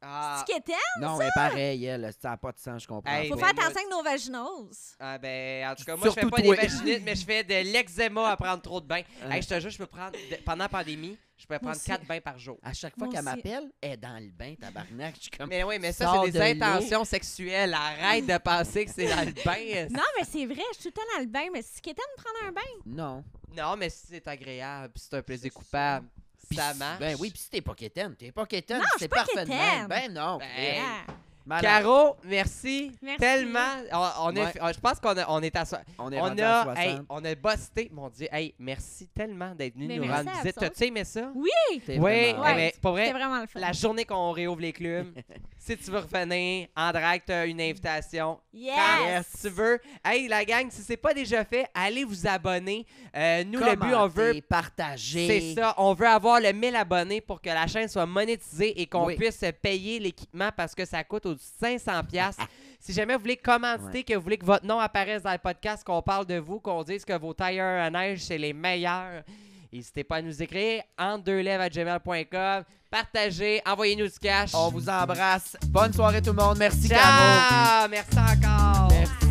Speaker 2: Ah,
Speaker 4: C'est quétaine.
Speaker 3: Non, mais pareil, elle, ça n'a pas de sens, je comprends.
Speaker 2: Hey,
Speaker 4: Faut
Speaker 2: mais
Speaker 3: pas.
Speaker 4: faire
Speaker 2: moi-
Speaker 4: attention avec nos vaginoses.
Speaker 2: ah, ben, en tout cas, moi, je fais
Speaker 3: Surtout
Speaker 2: pas des
Speaker 3: toi.
Speaker 2: vaginites, mais je fais de l'eczéma à prendre trop de bains. Hey, je te jure, je peux prendre, de- pendant la pandémie, je peux prendre
Speaker 4: aussi.
Speaker 2: quatre bains par jour.
Speaker 3: À chaque fois
Speaker 4: Moi
Speaker 3: qu'elle
Speaker 4: aussi.
Speaker 3: m'appelle, elle est dans le bain, tabarnak. Je suis comme.
Speaker 2: Mais oui, mais ça,
Speaker 3: Sors
Speaker 2: c'est des
Speaker 3: de l'eau.
Speaker 2: intentions sexuelles. Arrête de penser que c'est dans le bain.
Speaker 4: Non, mais c'est vrai, je suis tout le temps dans le bain. Mais c'est quétaine de prendre un bain.
Speaker 3: Non.
Speaker 2: Non, mais si c'est agréable, si c'est un plaisir coupable,
Speaker 3: Pis
Speaker 2: ça
Speaker 3: si-
Speaker 2: marche.
Speaker 3: Ben oui, puis si t'es pas quétaine, t'es pas quétaine,
Speaker 4: Non, je
Speaker 3: c'est
Speaker 4: suis pas
Speaker 3: parfait de
Speaker 4: quétaine.
Speaker 3: même. Ben non.
Speaker 2: Ben,
Speaker 4: Ah.
Speaker 3: Malade.
Speaker 2: Caro, merci,
Speaker 4: Merci.
Speaker 2: tellement. On, on est-
Speaker 3: Ouais.
Speaker 2: je pense qu'on a- on est à so-
Speaker 3: on est
Speaker 2: on
Speaker 3: rendu
Speaker 2: a,
Speaker 3: à 60.
Speaker 2: hey, on a busté, mon Dieu. Hey, merci tellement d'être venu
Speaker 4: Mais
Speaker 2: nous
Speaker 4: merci
Speaker 2: rendre
Speaker 4: à
Speaker 2: visite.
Speaker 4: vous autres.
Speaker 2: T'as-tu aimé ça?
Speaker 4: Oui,
Speaker 3: T'es
Speaker 2: Oui,
Speaker 3: vraiment-
Speaker 4: Ouais.
Speaker 2: mais pour vrai,
Speaker 4: c'était vraiment le fun.
Speaker 2: la journée qu'on réouvre les clubs, si tu veux revenir en direct, t'as une invitation. Quand tu veux. Hey, la gang, si c'est pas déjà fait, allez vous abonner. Euh, nous, le but, on veut
Speaker 3: Commenter, partager.
Speaker 2: c'est ça, on veut avoir le 1000 abonnés pour que la chaîne soit monétisée et qu'on
Speaker 3: Oui.
Speaker 2: puisse payer l'équipement parce que ça coûte au-dessus de 500 pièces. Si jamais vous voulez commenter, que vous voulez que votre nom apparaisse dans le podcast, qu'on parle de vous, qu'on dise que vos tailleurs à neige, c'est les meilleurs, n'hésitez pas à nous écrire en deux lèvres à gmail.com. Partagez, envoyez-nous du cash.
Speaker 3: On vous embrasse. Bonne soirée tout le monde. Merci Caro.
Speaker 2: Ciao! Merci encore!
Speaker 3: Merci.